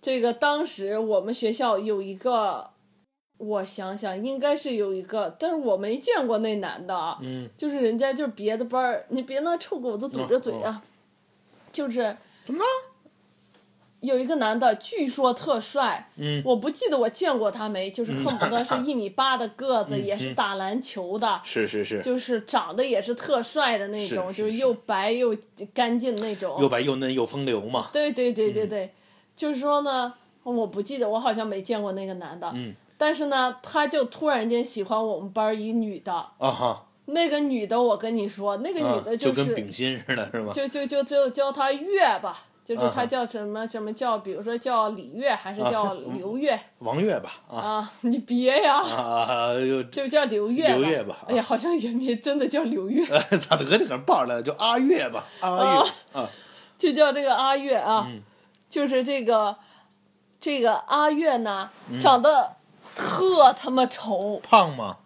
Speaker 1: 这个当时我们学校有一个，我想想应该是有一个，但是我没见过那男的啊，
Speaker 2: 嗯，
Speaker 1: 就是人家就是别的班
Speaker 2: 哦
Speaker 1: 儿，你别那臭狗子堵着嘴啊，就是
Speaker 2: 怎么了？
Speaker 1: 有一个男的，据说特帅，
Speaker 2: 嗯
Speaker 1: 我不记得我见过他没，就是恨不得是一米八的个
Speaker 2: 嗯
Speaker 1: 子，也是打篮球的，
Speaker 2: 是是是，
Speaker 1: 就是长得也是特帅的那种，
Speaker 2: 是是
Speaker 1: 就是
Speaker 2: 是
Speaker 1: 又白又干净那种，
Speaker 2: 又白嗯又嫩又风流嘛。
Speaker 1: 对对对对对，就是说呢，我不记得，我好像没见过那个男的。
Speaker 2: 嗯
Speaker 1: 但是呢，他就突然间喜欢我们班儿一女的，
Speaker 2: 啊哈，
Speaker 1: 那个女的，我跟你说，那个女
Speaker 2: 啊
Speaker 1: 的、
Speaker 2: 就是跟丙辛似的，是吗？
Speaker 1: 就就就就叫她月吧，就是
Speaker 2: 啊哈
Speaker 1: 她叫什么、什么叫，比如说叫李月还是
Speaker 2: 啊
Speaker 1: 叫
Speaker 2: 是嗯
Speaker 1: 刘月
Speaker 2: 王月吧，啊
Speaker 1: 你别呀，
Speaker 2: 啊啊，又
Speaker 1: 就叫刘月吧。
Speaker 2: 刘月吧啊
Speaker 1: 哎呀，好像也没真的叫刘月，
Speaker 2: 呃，咋的？搁这个报了，就阿月吧，阿
Speaker 1: 哦
Speaker 2: 月啊，
Speaker 1: 就叫这个阿月啊，
Speaker 2: 嗯
Speaker 1: 就是这个这个阿月呢，
Speaker 2: 嗯
Speaker 1: 长得特他妈丑，
Speaker 2: 胖吗？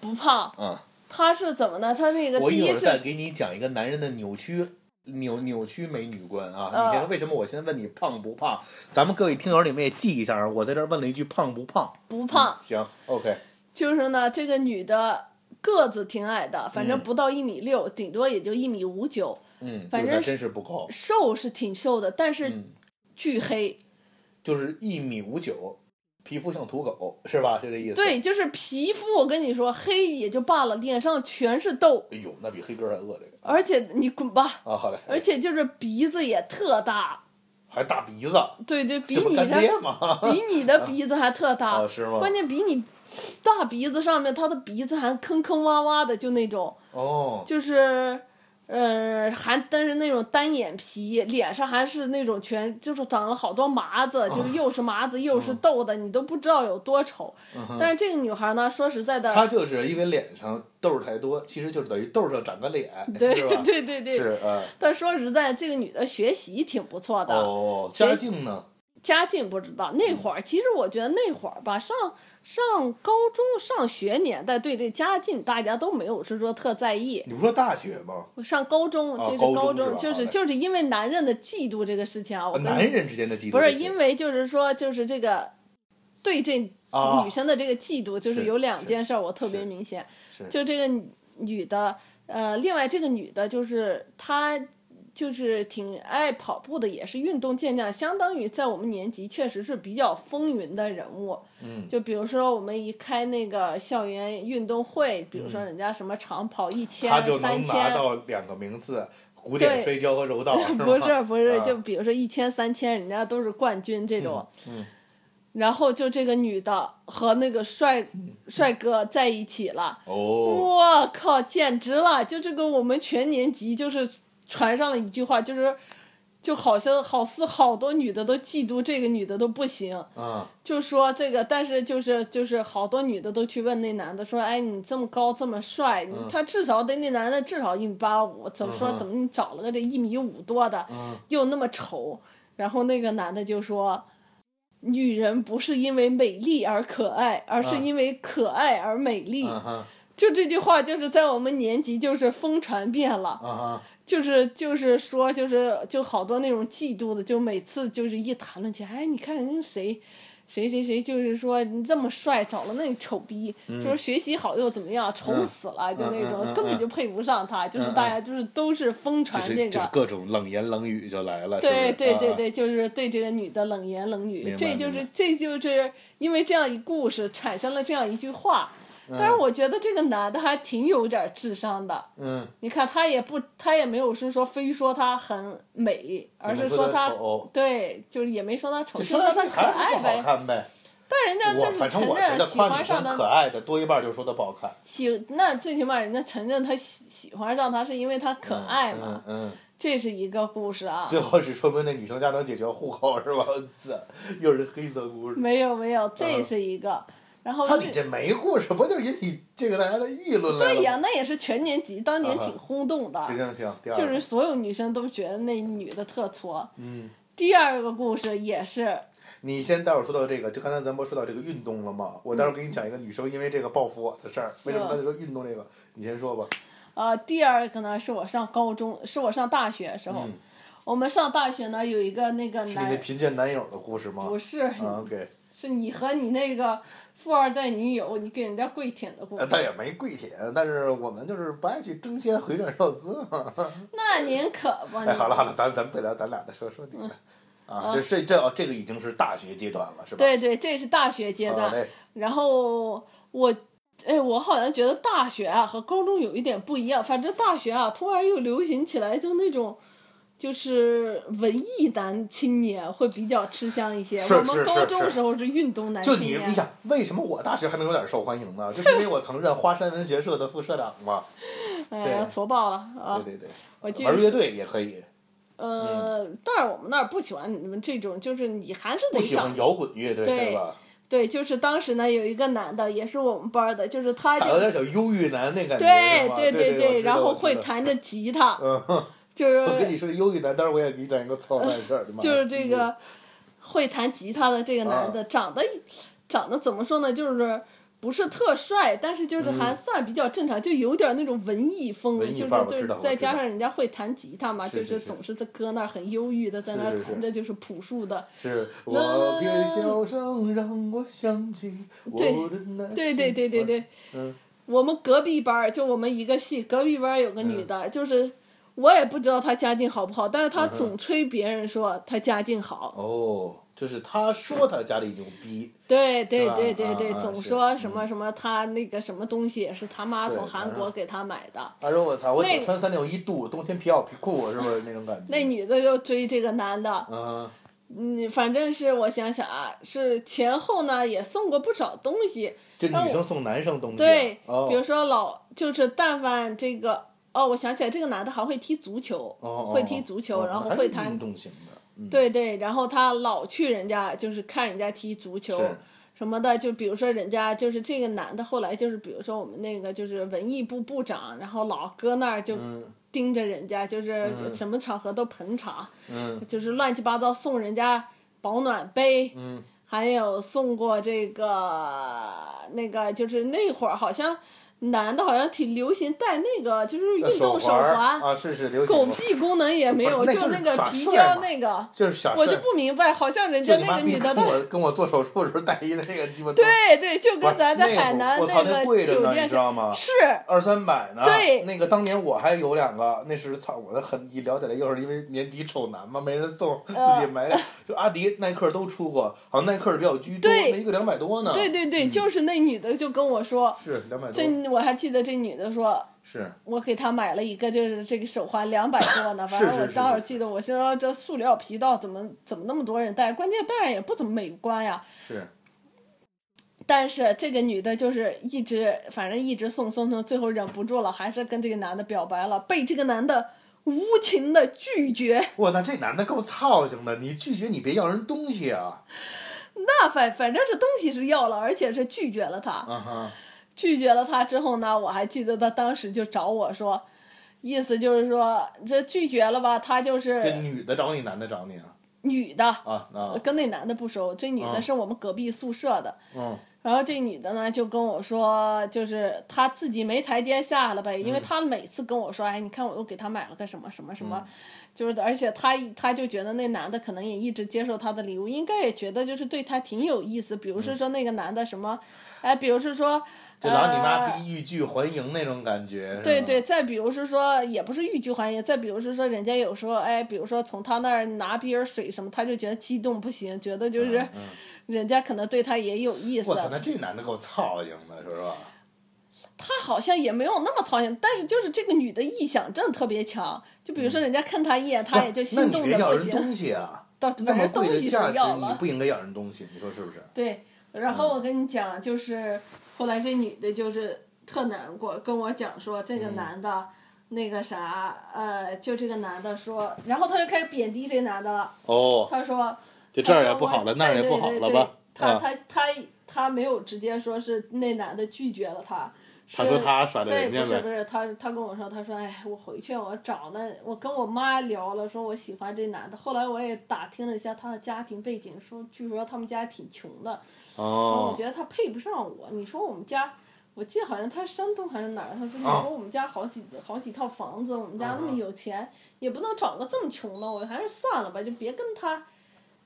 Speaker 1: 不胖。
Speaker 2: 啊，
Speaker 1: 他是怎么呢？他那个
Speaker 2: 我
Speaker 1: 第
Speaker 2: 一会
Speaker 1: 一
Speaker 2: 儿再
Speaker 1: 是
Speaker 2: 给你讲一个男人的扭曲。扭扭曲美女观啊！
Speaker 1: 啊
Speaker 2: 你先为什么我先问你胖不胖？咱们各位听友你们也记一下啊！我在这儿问了一句胖不胖？
Speaker 1: 不胖，
Speaker 2: 行，OK，
Speaker 1: 就是呢，这个女的个子挺矮的，反正
Speaker 2: 嗯
Speaker 1: 不到一米六、顶多也就一米五九，
Speaker 2: 嗯，
Speaker 1: 反
Speaker 2: 对
Speaker 1: 正
Speaker 2: 那
Speaker 1: 是
Speaker 2: 真是不高，
Speaker 1: 瘦是挺瘦的，但是
Speaker 2: 嗯，
Speaker 1: 巨黑，
Speaker 2: 就是一米五九，皮肤像土狗是吧？就这意思。
Speaker 1: 对，就是皮肤，我跟你说，黑也就罢了，脸上全是痘，
Speaker 2: 哎呦，那比黑哥还恶这个
Speaker 1: 而且你滚吧，
Speaker 2: 啊！好嘞，
Speaker 1: 而且就是鼻子也特大，
Speaker 2: 还大鼻子，
Speaker 1: 对对，比
Speaker 2: 这不
Speaker 1: 你
Speaker 2: 干
Speaker 1: 的
Speaker 2: 爹吗？
Speaker 1: 比你的鼻子还特 大，
Speaker 2: 啊，是吗？
Speaker 1: 关键比你大鼻子上面，他的鼻子还坑坑洼洼的，就那种，
Speaker 2: 哦，
Speaker 1: 就是，呃，还但是那种单眼皮，脸上还是那种全就是长了好多麻
Speaker 2: 哦
Speaker 1: 子，就是又是麻子又是痘的，你都不知道有多丑。
Speaker 2: 嗯哼
Speaker 1: 但是这个女孩呢，说实在的，
Speaker 2: 他就是因为脸上痘儿太多，其实就是等于痘儿上长个脸，
Speaker 1: 对？
Speaker 2: 是吧
Speaker 1: 对对对，
Speaker 2: 是呃，
Speaker 1: 但说实在，这个女的学习挺不错的，
Speaker 2: 哦，家境呢？
Speaker 1: 家境不知
Speaker 2: 嗯
Speaker 1: 道。那会儿其实我觉得那会儿吧，上上高中上学年代，对这家境大家都没有是说特在意。
Speaker 2: 你不说大学吗？
Speaker 1: 我上高中，
Speaker 2: 啊
Speaker 1: 这是
Speaker 2: 高中
Speaker 1: 高
Speaker 2: 是吧
Speaker 1: 就
Speaker 2: 好
Speaker 1: 是
Speaker 2: 嘞
Speaker 1: 就是因为男人的嫉妒这个事情啊，我
Speaker 2: 啊
Speaker 1: 跟
Speaker 2: 男人之间的嫉妒
Speaker 1: 不是
Speaker 2: 这
Speaker 1: 因为就是说就是这个对这
Speaker 2: 啊
Speaker 1: 女生的这个嫉妒，就是
Speaker 2: 是
Speaker 1: 有两
Speaker 2: 是
Speaker 1: 件事儿我特别
Speaker 2: 是
Speaker 1: 明显，
Speaker 2: 是
Speaker 1: 就这个女女的，呃，另外这个女的就是她。就是挺爱跑步的，也是运动健将，相当于在我们年级确实是比较风云的人物。
Speaker 2: 嗯
Speaker 1: 就比如说我们一开那个校园运动会，比如说
Speaker 2: 嗯
Speaker 1: 人家什么长跑一千、
Speaker 2: 他就
Speaker 1: 三
Speaker 2: 能拿
Speaker 1: 千，
Speaker 2: 到两个名次：古典摔跤和柔道，是吗？
Speaker 1: 不是不是，
Speaker 2: 啊
Speaker 1: 就比如说一千、三千，人家都是冠军这种。
Speaker 2: 嗯
Speaker 1: 然后就这个女的和那个帅
Speaker 2: 嗯
Speaker 1: 帅哥在一起了，
Speaker 2: 哦，
Speaker 1: 我靠，简直了！就这个我们全年级就是传上了一句话，就是就好像好似好多女的都嫉妒这个女的都不行，
Speaker 2: 嗯
Speaker 1: 就说这个，但是就是就是好多女的都去问那男的说，哎，你这么高这么帅，你
Speaker 2: 嗯
Speaker 1: 他至少得那男的至少一米八五，怎么说
Speaker 2: 嗯哼
Speaker 1: 怎么你找了个这一米五多的，
Speaker 2: 嗯，
Speaker 1: 又那么丑，然后那个男的就说，女人不是因为美丽而可爱，而是
Speaker 2: 嗯
Speaker 1: 因为可爱而美丽。
Speaker 2: 嗯哼
Speaker 1: 就这句话，就是在我们年级就是疯传遍了，
Speaker 2: 嗯哼，
Speaker 1: 就是就是说就是就好多那种嫉妒的，就每次就是一谈论起，哎，你看人家谁。谁谁谁就是说你这么帅，找了那丑逼，就是学习好又怎么样，丑
Speaker 2: 嗯
Speaker 1: 死了，就
Speaker 2: 嗯
Speaker 1: 那
Speaker 2: 嗯
Speaker 1: 种
Speaker 2: 嗯
Speaker 1: 根本
Speaker 2: 嗯
Speaker 1: 就配不上他，就是
Speaker 2: 嗯
Speaker 1: 大
Speaker 2: 嗯
Speaker 1: 家就是都是疯
Speaker 2: 就
Speaker 1: 传这
Speaker 2: 是
Speaker 1: 个，
Speaker 2: 就是各种冷言冷语就来了，是不
Speaker 1: 对
Speaker 2: 是
Speaker 1: 对
Speaker 2: 啊
Speaker 1: 对
Speaker 2: 啊
Speaker 1: 对，就是对这个女的冷言冷语
Speaker 2: 明，白
Speaker 1: 这就
Speaker 2: 明
Speaker 1: 是
Speaker 2: 白
Speaker 1: 这就是因为这样一故事产生了这样一句话。但是我觉得这个男的还挺有点智商的，
Speaker 2: 嗯，
Speaker 1: 你看他也不，他也没有是说非说她很美，而
Speaker 2: 你
Speaker 1: 是
Speaker 2: 们
Speaker 1: 说
Speaker 2: 说
Speaker 1: 她
Speaker 2: 丑，
Speaker 1: 对，就是也没说她丑，
Speaker 2: 就
Speaker 1: 就
Speaker 2: 说
Speaker 1: 说
Speaker 2: 他
Speaker 1: 她可爱
Speaker 2: 不好
Speaker 1: 呗。
Speaker 2: 看呗。
Speaker 1: 但人家
Speaker 2: 我
Speaker 1: 就是
Speaker 2: 反
Speaker 1: 承
Speaker 2: 正我觉
Speaker 1: 认
Speaker 2: 得
Speaker 1: 喜
Speaker 2: 夸女
Speaker 1: 欢上
Speaker 2: 生可
Speaker 1: 的
Speaker 2: 爱的多一半就说她不好看，
Speaker 1: 喜，那最起码人家承认他喜喜欢上他是因为他可爱嘛，
Speaker 2: 嗯。嗯嗯
Speaker 1: 这是一个故事啊。
Speaker 2: 最后是说明那女生家能解决户口是吧？ 这又是黑色故事。
Speaker 1: 没有没有，这
Speaker 2: 嗯
Speaker 1: 是一个。然后
Speaker 2: 操
Speaker 1: 另
Speaker 2: 你这没故事，不就是引起这个大家的议论来了吗？啊
Speaker 1: 对呀，那也是全年级，当年挺轰动的，
Speaker 2: 行行行，第二
Speaker 1: 就
Speaker 2: 个
Speaker 1: 是所有女生都觉得那女的特挫。
Speaker 2: 嗯，
Speaker 1: 第二个故事也是，
Speaker 2: 你先待会儿说到这个，就刚才咱不是说到这个运动了吗？我待会儿给你讲一个女生因为这个报复我的事儿。为什么
Speaker 1: 嗯
Speaker 2: 刚才说运动这个？你先说吧。
Speaker 1: 呃，第二个呢是我上高中，是我上大学的时候，
Speaker 2: 嗯
Speaker 1: 我们上大学呢有一个那个
Speaker 2: 是你那
Speaker 1: 男，
Speaker 2: 贫贱男友的故事吗
Speaker 1: 不？是、
Speaker 2: 啊，OK，
Speaker 1: 是你和你那个富二代女友，你给人家跪舔的故事
Speaker 2: 呃，，但也没跪舔，但是我们就是不爱去争先回转寿司嘛。
Speaker 1: 那您可不，
Speaker 2: 哎，
Speaker 1: 您 嗯
Speaker 2: 好了好了，咱咱别聊咱俩的，说说你的。啊，这这这哦这个已经是大学阶段了，是吧？
Speaker 1: 对对，这是大学阶
Speaker 2: 啊
Speaker 1: 段。
Speaker 2: 对
Speaker 1: 然后我，哎，我好像觉得大学啊和高中有一点不一样，反正大学啊突然又流行起来，就那种。就是文艺男青年会比较吃香一些。
Speaker 2: 是
Speaker 1: 我
Speaker 2: 是
Speaker 1: 们高
Speaker 2: 是
Speaker 1: 中
Speaker 2: 是
Speaker 1: 时候是运动男
Speaker 2: 就
Speaker 1: 青
Speaker 2: 你，
Speaker 1: 年。
Speaker 2: 你想为什么我大学还能有点受欢迎呢？就是因为我曾任花山文学社的副社长嘛。
Speaker 1: 哎呀，
Speaker 2: 对
Speaker 1: 矬爆了 啊！
Speaker 2: 对对
Speaker 1: 我记
Speaker 2: 对，
Speaker 1: 得
Speaker 2: 玩乐队也可以，
Speaker 1: 呃，但是我们那儿不喜欢你们这种，就是你还是
Speaker 2: 不
Speaker 1: 得
Speaker 2: 喜
Speaker 1: 找
Speaker 2: 欢摇滚乐队
Speaker 1: 对
Speaker 2: 是吧？
Speaker 1: 对，就是当时呢有一个男的，也是我们班儿的，就是他就
Speaker 2: 咋有点小忧郁男那感觉？
Speaker 1: 对
Speaker 2: 是吧
Speaker 1: 对
Speaker 2: 对
Speaker 1: 对
Speaker 2: 对，我知道
Speaker 1: 然后
Speaker 2: 我知
Speaker 1: 会
Speaker 2: 道
Speaker 1: 弹着吉他，
Speaker 2: 嗯，
Speaker 1: 就
Speaker 2: 我跟
Speaker 1: 是
Speaker 2: 你说忧郁男，但是我也给你讲一个操蛋事儿，
Speaker 1: 呃
Speaker 2: 妈
Speaker 1: 就是这个会弹吉他的这个男
Speaker 2: 啊
Speaker 1: 的，长得长得怎么说呢，就是。不是特帅，但是就是还算比较正常，就有点那种文艺风，
Speaker 2: 嗯文艺
Speaker 1: 就是
Speaker 2: 范儿我
Speaker 1: 就
Speaker 2: 知
Speaker 1: 是
Speaker 2: 道我
Speaker 1: 再
Speaker 2: 知道
Speaker 1: 加上人家会弹吉他嘛，
Speaker 2: 是是
Speaker 1: 就是总是在搁那儿很忧郁的在那儿
Speaker 2: 是是是啊
Speaker 1: 弹着就是朴素的，
Speaker 2: 是我别笑声让我想起我
Speaker 1: 对
Speaker 2: 的那些
Speaker 1: 对对对对对，
Speaker 2: 嗯
Speaker 1: 我们隔壁班儿就我们一个系，隔壁班儿有个
Speaker 2: 嗯
Speaker 1: 女的，就是我也不知道她家境好不好，但是她
Speaker 2: 嗯哼
Speaker 1: 总吹别人说她家境好。
Speaker 2: 哦，就是他说他家里牛逼，
Speaker 1: 对
Speaker 2: 是
Speaker 1: 对
Speaker 2: 吧
Speaker 1: 对
Speaker 2: 啊
Speaker 1: 对对，
Speaker 2: 啊
Speaker 1: 总
Speaker 2: 是
Speaker 1: 说什么什么她那个什么东西也是她妈
Speaker 2: 对嗯
Speaker 1: 从韩
Speaker 2: 反
Speaker 1: 国
Speaker 2: 正
Speaker 1: 给她买的。
Speaker 2: 他说我操，我
Speaker 1: 那
Speaker 2: 九穿三六一度，冬天皮袄皮裤，是不是那种感觉？
Speaker 1: 那女的就追这个男的，
Speaker 2: 嗯，
Speaker 1: 嗯，反正是我想想啊，是前后呢也送过不少东西，
Speaker 2: 这女生送男生东西啊，
Speaker 1: 对，
Speaker 2: 啊哦
Speaker 1: 比如说老就是但凡这个哦，我想起来这个男的还会踢足球，
Speaker 2: 哦哦
Speaker 1: 会踢足球，
Speaker 2: 哦
Speaker 1: 然后
Speaker 2: 还是
Speaker 1: 会弹
Speaker 2: 运动型的，嗯，
Speaker 1: 对对，然后他老去人家就是看人家踢足球
Speaker 2: 是
Speaker 1: 什么的，就比如说人家就是这个男的，后来就是比如说我们那个就是文艺部部长，然后老搁那儿就
Speaker 2: 嗯
Speaker 1: 盯着人家，就是
Speaker 2: 嗯
Speaker 1: 什么场合都捧场，
Speaker 2: 嗯
Speaker 1: 就是乱七八糟送人家保暖杯，
Speaker 2: 嗯，
Speaker 1: 还有送过这个那个就是那会儿好像男的好像挺流行戴那个就是运动手
Speaker 2: 呃环
Speaker 1: 环，
Speaker 2: 啊，是是流行
Speaker 1: 狗
Speaker 2: 过，
Speaker 1: 屁功能也没有，
Speaker 2: 不是那
Speaker 1: 就
Speaker 2: 就是
Speaker 1: 那个
Speaker 2: 耍
Speaker 1: 皮
Speaker 2: 帅
Speaker 1: 筋儿
Speaker 2: 嘛
Speaker 1: 那个。
Speaker 2: 就是小
Speaker 1: 我
Speaker 2: 事
Speaker 1: 就
Speaker 2: 儿
Speaker 1: 不明白，好像人
Speaker 2: 就
Speaker 1: 家
Speaker 2: 你
Speaker 1: 那
Speaker 2: 妈
Speaker 1: 个
Speaker 2: 逼
Speaker 1: 女的
Speaker 2: 跟
Speaker 1: 戴，
Speaker 2: 我跟我做手术的时候戴一那个鸡巴头，
Speaker 1: 对对，就
Speaker 2: 不是
Speaker 1: 跟咱在海南
Speaker 2: 那会儿我操，
Speaker 1: 个
Speaker 2: 贵着
Speaker 1: 酒
Speaker 2: 呢，
Speaker 1: 店
Speaker 2: 你
Speaker 1: 是
Speaker 2: 知道吗？
Speaker 1: 是，
Speaker 2: 二三百呢。
Speaker 1: 对
Speaker 2: 那个当年我还有两个，那是操，我的很一聊起来，又是因为年底丑男嘛，没人送，自
Speaker 1: 呃
Speaker 2: 己买俩。就阿迪、耐克都出过，好像耐克比较居多，
Speaker 1: 对
Speaker 2: 那一个两百多呢。
Speaker 1: 对，对对，就是那女的就跟我说，
Speaker 2: 是两百多，
Speaker 1: 这我还记得这女的说。
Speaker 2: 是
Speaker 1: 我给她买了一个，就是这个手环两百多呢。
Speaker 2: 是
Speaker 1: 反
Speaker 2: 是
Speaker 1: 正我
Speaker 2: 是
Speaker 1: 当时
Speaker 2: 是
Speaker 1: 记得，我是说这塑料皮套怎么怎么那么多人戴？关键戴上也不怎么美观呀。
Speaker 2: 是，
Speaker 1: 但是这个女的就是一直，反正一直送送送，最后忍不住了，还是跟这个男的表白了，被这个男的无情的拒绝。
Speaker 2: 哇，那这男的够操性的，你拒绝你别要人东西啊！
Speaker 1: 那反反正是东西是要了，而且是拒绝了他。
Speaker 2: 啊哈，
Speaker 1: 拒绝了他之后呢，我还记得他当时就找我说，意思就是说这拒绝了吧，他就
Speaker 2: 这
Speaker 1: 是
Speaker 2: 女的找你，男的找你啊
Speaker 1: 女的，
Speaker 2: 啊啊，
Speaker 1: 跟那男的不熟，这女的
Speaker 2: 嗯
Speaker 1: 是我们隔壁宿舍的。
Speaker 2: 嗯
Speaker 1: 然后这女的呢就跟我说，就是她自己没台阶下了呗，因为
Speaker 2: 嗯
Speaker 1: 她每次跟我说，哎，你看我又给她买了个什么什么什么，
Speaker 2: 嗯
Speaker 1: 就是而且她她就觉得那男的可能也一直接受她的礼物，应该也觉得就是对她挺有意思，比如是说那个男的什么，哎，比如是说。
Speaker 2: 嗯就老你妈
Speaker 1: 呃
Speaker 2: 逼欲拒还迎那种感觉，是吧
Speaker 1: 对对，再比如是说，也不是欲拒还迎，再比如是说，人家有时候，哎，比如说从他那儿拿别人水什么，他就觉得激动不行，觉得就是
Speaker 2: 嗯嗯
Speaker 1: 人家可能对他也有意思。啊
Speaker 2: 我操，那这男的够操性的，是吧？
Speaker 1: 他好像也没有那么操心，但是就是这个女的臆想症特别强。就比如说人家看他一眼，他也就心动
Speaker 2: 那你别
Speaker 1: 的
Speaker 2: 要
Speaker 1: 不
Speaker 2: 人
Speaker 1: 行。
Speaker 2: 东西啊，
Speaker 1: 到
Speaker 2: 那
Speaker 1: 反
Speaker 2: 么
Speaker 1: 正东
Speaker 2: 贵
Speaker 1: 西是
Speaker 2: 的价值，
Speaker 1: 要
Speaker 2: 你
Speaker 1: 了。
Speaker 2: 不应嗯该要人东西，你说是不是？
Speaker 1: 对，然后我跟你讲，就是后来这女的就是特难过，跟我讲说这个男的、那个啥，呃，就这个男的说，然后他就开始贬低这个男的了。
Speaker 2: 哦，
Speaker 1: 他说
Speaker 2: 就
Speaker 1: 他说我对对对对
Speaker 2: 啊
Speaker 1: 他他他他没有直接说是那男的拒绝了他，是
Speaker 2: 他耍
Speaker 1: 对，不是不是，他他跟我说，他说，哎，我回去我找那，我跟我妈聊了，说我喜欢这男的。后来我也打听了一下他的家庭背景，说据说他们家挺穷的，我
Speaker 2: 哦
Speaker 1: 觉得他配不上我。你说我们家，我记得好像他是山东还是哪儿，他说你
Speaker 2: 啊
Speaker 1: 说我们家好几好几套房子，我们家那么有钱，也不能找个这么穷的，我还是算了吧，就别跟他，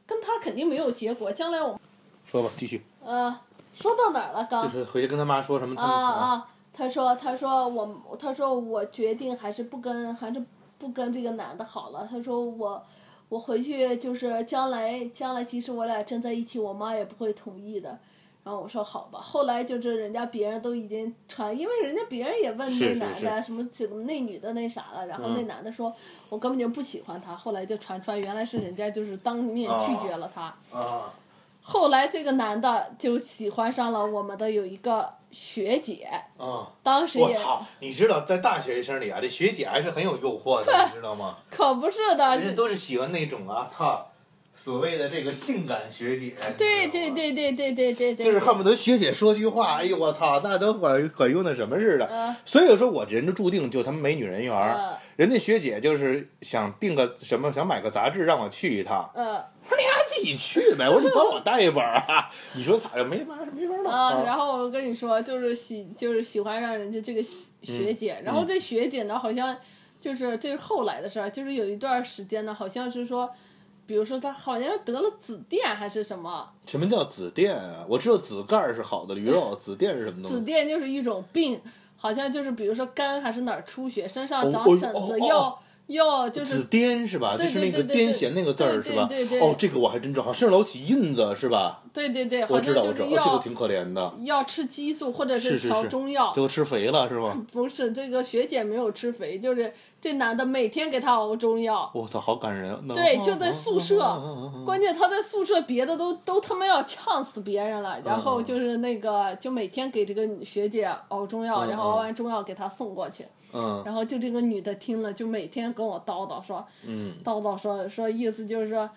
Speaker 1: 跟他肯定没有结果。将来我们，
Speaker 2: 说吧，继续，
Speaker 1: 呃，说到哪儿了刚？
Speaker 2: 就是回去跟他妈说什么他
Speaker 1: 啊
Speaker 2: 们啊
Speaker 1: 啊！他说，他说我，他说我决定还是不跟，还是不跟这个男的好了。他说我，我回去就是将来将来，即使我俩真在一起，我妈也不会同意的。然后我说好吧，后来就是人家别人都已经传，因为人家别人也问那
Speaker 2: 是是嗯
Speaker 1: 男的啊什么什么那女的那啥了，然后那男的说、我根本就不喜欢她，后来就传出来原来是人家就是当面
Speaker 2: 哦
Speaker 1: 拒绝了她。
Speaker 2: 啊，
Speaker 1: 后来这个男的就喜欢上了我们的有一个学姐，
Speaker 2: 啊！
Speaker 1: 当时
Speaker 2: 我
Speaker 1: 也
Speaker 2: 操！你知道，在大学生里啊，这学姐还是很有诱惑 的，你知道吗？
Speaker 1: 可不是的，
Speaker 2: 人家都是喜欢那种啊，操，所谓的这个性感学
Speaker 1: 对
Speaker 2: 姐。你知道
Speaker 1: 对
Speaker 2: 吗。
Speaker 1: 对对对对对对，
Speaker 2: 就是恨不得学姐说句话，哎呦我操，那都管管用的什么似的。
Speaker 1: 呃
Speaker 2: 所以说，我人就注定就他妈没女人缘儿。
Speaker 1: 呃
Speaker 2: 人家学姐就是想订个什么，想买个杂志让我去一趟。
Speaker 1: 呃
Speaker 2: 我说你还自己去呗，我说你帮我带一本儿啊。 你说咋没法没法弄
Speaker 1: 啊，然后我跟你说，就是喜就是喜欢上人家这个
Speaker 2: 嗯
Speaker 1: 学姐，然后这学姐呢，好像就是这是后来的事儿，就是有一段时间呢，好像是说，比如说她好像是得了紫癜还是什么，
Speaker 2: 什么叫紫癜啊？我知道紫盖儿是好的驴 肉，紫癜是什么东
Speaker 1: 紫
Speaker 2: 西？
Speaker 1: 癜就是一种病，好像就是比如说肝还是哪儿出血，身上
Speaker 2: 哦
Speaker 1: 长
Speaker 2: 哦呦
Speaker 1: 疹
Speaker 2: 哦
Speaker 1: 子，
Speaker 2: 哦
Speaker 1: 要要就是
Speaker 2: 紫癜是吧？
Speaker 1: 对
Speaker 2: 就是那个
Speaker 1: 对对对
Speaker 2: 癫痫那个字儿是吧？
Speaker 1: 对对对对
Speaker 2: 哦，这个我还真知道，好像是老起印子是吧？
Speaker 1: 对对对，
Speaker 2: 我
Speaker 1: 好
Speaker 2: 知
Speaker 1: 像
Speaker 2: 道，我
Speaker 1: 就
Speaker 2: 知道，
Speaker 1: 是
Speaker 2: 哦
Speaker 1: 要、
Speaker 2: 这个挺可怜的，
Speaker 1: 要吃激素或者
Speaker 2: 是是
Speaker 1: 调
Speaker 2: 是
Speaker 1: 中药。
Speaker 2: 就吃肥了是吧？
Speaker 1: 不是这个学姐没有吃肥，就是这男的每天给她熬中药，
Speaker 2: 我操，好感人啊！
Speaker 1: 对就在宿舍
Speaker 2: 嗯
Speaker 1: 关键他在宿舍别的都都他妈要呛死别人了，然
Speaker 2: 嗯
Speaker 1: 后就是那个就每天给这个女学姐熬中药，
Speaker 2: 嗯
Speaker 1: 然后熬完中药给她送过去，
Speaker 2: 嗯
Speaker 1: 然后就这个女的听了就每天跟我叨叨说，
Speaker 2: 嗯，
Speaker 1: 叨叨说说意思就是说，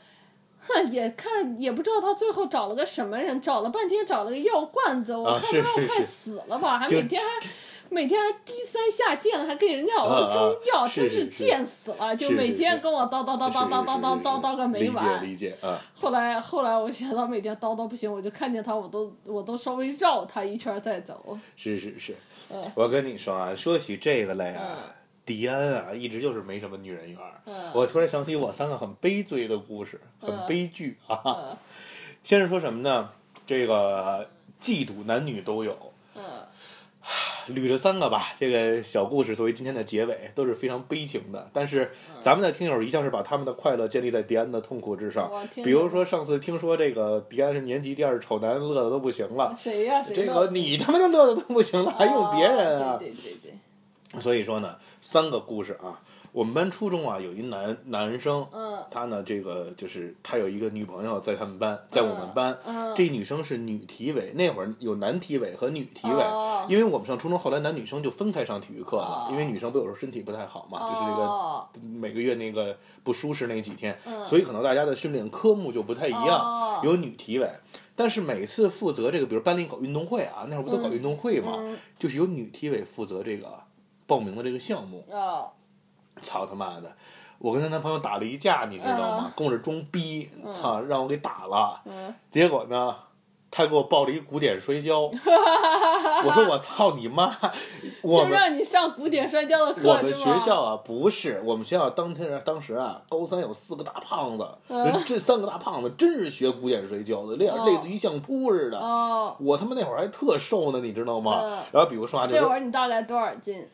Speaker 1: 哼，也看也不知道他最后找了个什么人，找了半天找了个药罐子，我
Speaker 2: 啊
Speaker 1: 看
Speaker 2: 是
Speaker 1: 他
Speaker 2: 是
Speaker 1: 要快
Speaker 2: 是
Speaker 1: 死了吧，还
Speaker 2: 就
Speaker 1: 每天还。每天还低三下贱了，还给人家熬
Speaker 2: 啊啊
Speaker 1: 中药，真
Speaker 2: 是是是
Speaker 1: 贱死了！就是每
Speaker 2: 是
Speaker 1: 天
Speaker 2: 是
Speaker 1: 跟我叨叨叨叨叨叨叨叨叨个没完。
Speaker 2: 理解理解啊，
Speaker 1: 后来后来，我想到每天叨叨不行，我就看见他，我都我都稍微绕他一圈儿再走。
Speaker 2: 是是是
Speaker 1: 嗯，
Speaker 2: 我跟你说啊，说起这个来
Speaker 1: 嗯
Speaker 2: 啊。迪安啊，一直就是没什么女人缘儿
Speaker 1: 嗯
Speaker 2: 我突然想起我三个很悲催的故事，很
Speaker 1: 嗯
Speaker 2: 悲剧啊。
Speaker 1: 嗯
Speaker 2: 先是说什么呢？这个嫉妒男女都有，
Speaker 1: 嗯
Speaker 2: 捋了三个吧。这个小故事作为今天的结尾，都是非常悲情的。但是
Speaker 1: 嗯
Speaker 2: 咱们的听友一向是把他们的快乐建立在迪安的痛苦之上
Speaker 1: 我。天哪
Speaker 2: 比如说上次听说这个迪安是年级第二丑男，乐的都不行了。
Speaker 1: 谁呀、谁
Speaker 2: 这
Speaker 1: 乐
Speaker 2: 个你他妈就乐的都不行了，还用别人啊？
Speaker 1: 哦对对对对，
Speaker 2: 所以说呢，三个故事啊，我们班初中啊有一男男生，
Speaker 1: 嗯
Speaker 2: 他呢这个就是他有一个女朋友在他们班，在我们班，
Speaker 1: 嗯
Speaker 2: 这女生是女体委，那会儿有男体委和女体委，
Speaker 1: 哦
Speaker 2: 因为我们上初中后来男女生就分开上体育课了，
Speaker 1: 哦
Speaker 2: 因为女生不有时候身体不太好嘛，就是这个。
Speaker 1: 哦
Speaker 2: 每个月那个不舒适那几天，
Speaker 1: 嗯
Speaker 2: 所以可能大家的训练科目就不太一样，
Speaker 1: 哦
Speaker 2: 有女体委，但是每次负责这个，比如班里搞运动会啊，那会儿不都搞运动会嘛，
Speaker 1: 嗯
Speaker 2: 就是由女体委负责这个报名的这个项目。
Speaker 1: 哦
Speaker 2: 操他妈的！我跟她男朋友打了一架，你知道吗
Speaker 1: 嗯？
Speaker 2: 跟我这装逼，操，让我给打了。
Speaker 1: 嗯
Speaker 2: 结果呢，他给我报了一古典摔跤。 我说我操你妈！我
Speaker 1: 就
Speaker 2: 们
Speaker 1: 让你上古典摔跤的课
Speaker 2: 我们
Speaker 1: 是吗？
Speaker 2: 学校啊，不是我们学校当天当时啊，高三有四个大胖子，
Speaker 1: 嗯
Speaker 2: 人这三个大胖子真是学古典摔跤的，类
Speaker 1: 哦
Speaker 2: 类似于相扑似的。
Speaker 1: 哦，
Speaker 2: 我他妈那会儿还特瘦呢，你知道吗
Speaker 1: 嗯？
Speaker 2: 然后比如说啊，就
Speaker 1: 这会
Speaker 2: 是
Speaker 1: 儿你大概多少斤？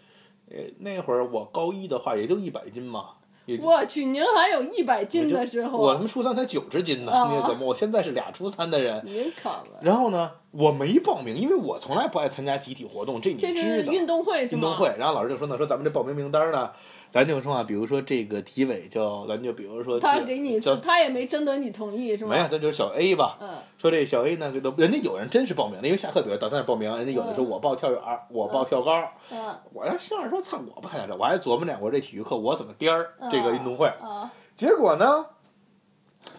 Speaker 2: 呃那会儿我高一的话，也就一百斤嘛，也就
Speaker 1: 我去，您还有一百斤的时候
Speaker 2: 我他
Speaker 1: 啊，
Speaker 2: 妈初三才九十斤呢，
Speaker 1: 啊
Speaker 2: 你怎么？我现在是俩初三的人。
Speaker 1: 您可不，
Speaker 2: 然后呢，我没报名，因为我从来不爱参加集体活动，这你
Speaker 1: 这
Speaker 2: 知
Speaker 1: 是
Speaker 2: 道。
Speaker 1: 运动会是
Speaker 2: 运
Speaker 1: 吗？
Speaker 2: 动会，然后老师就说呢，说咱们这报名名单呢，咱就说啊，比如说这个体委叫，咱就比如说
Speaker 1: 他
Speaker 2: 这
Speaker 1: 给你，
Speaker 2: 叫
Speaker 1: 他也没征得你同意是
Speaker 2: 什
Speaker 1: 吗
Speaker 2: 么？呀？咱就是小 A 吧。
Speaker 1: 嗯
Speaker 2: 说这小 A 呢，给都人家有人真是报名了，因为下课比如到他那报名，人家有的说
Speaker 1: 嗯
Speaker 2: 我报跳远儿，我报跳高儿，
Speaker 1: 嗯
Speaker 2: 我要上来说操，我不参加这，我还琢磨呢，我这体育课我怎么颠儿
Speaker 1: 嗯
Speaker 2: 这个运动会，
Speaker 1: 啊，
Speaker 2: 结果呢，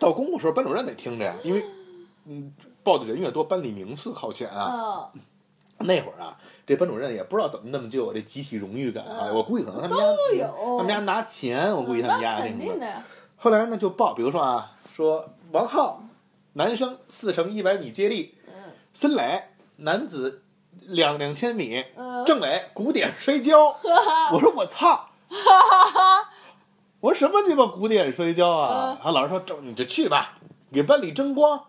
Speaker 2: 到公布时候班主任得听着呀，因为嗯报的人越多，班里名次靠前啊。
Speaker 1: 嗯
Speaker 2: 那会儿啊，这班主任也不知道怎么那么就有这集体荣誉感啊，
Speaker 1: 嗯
Speaker 2: 我估计可能他们
Speaker 1: 都
Speaker 2: 家
Speaker 1: 有
Speaker 2: 他们家拿钱，我估计他们家
Speaker 1: 那
Speaker 2: 那
Speaker 1: 肯
Speaker 2: 什
Speaker 1: 定
Speaker 2: 么。
Speaker 1: 的呀，
Speaker 2: 后来呢就报，比如说啊，说王浩，男生四乘一百米接力，
Speaker 1: 嗯
Speaker 2: 孙磊男子两两千米，
Speaker 1: 嗯，
Speaker 2: 政委古典摔跤，我说我操，我说什么鸡巴古典摔跤啊？
Speaker 1: 嗯
Speaker 2: 他老师说这你就去吧，给班里争光。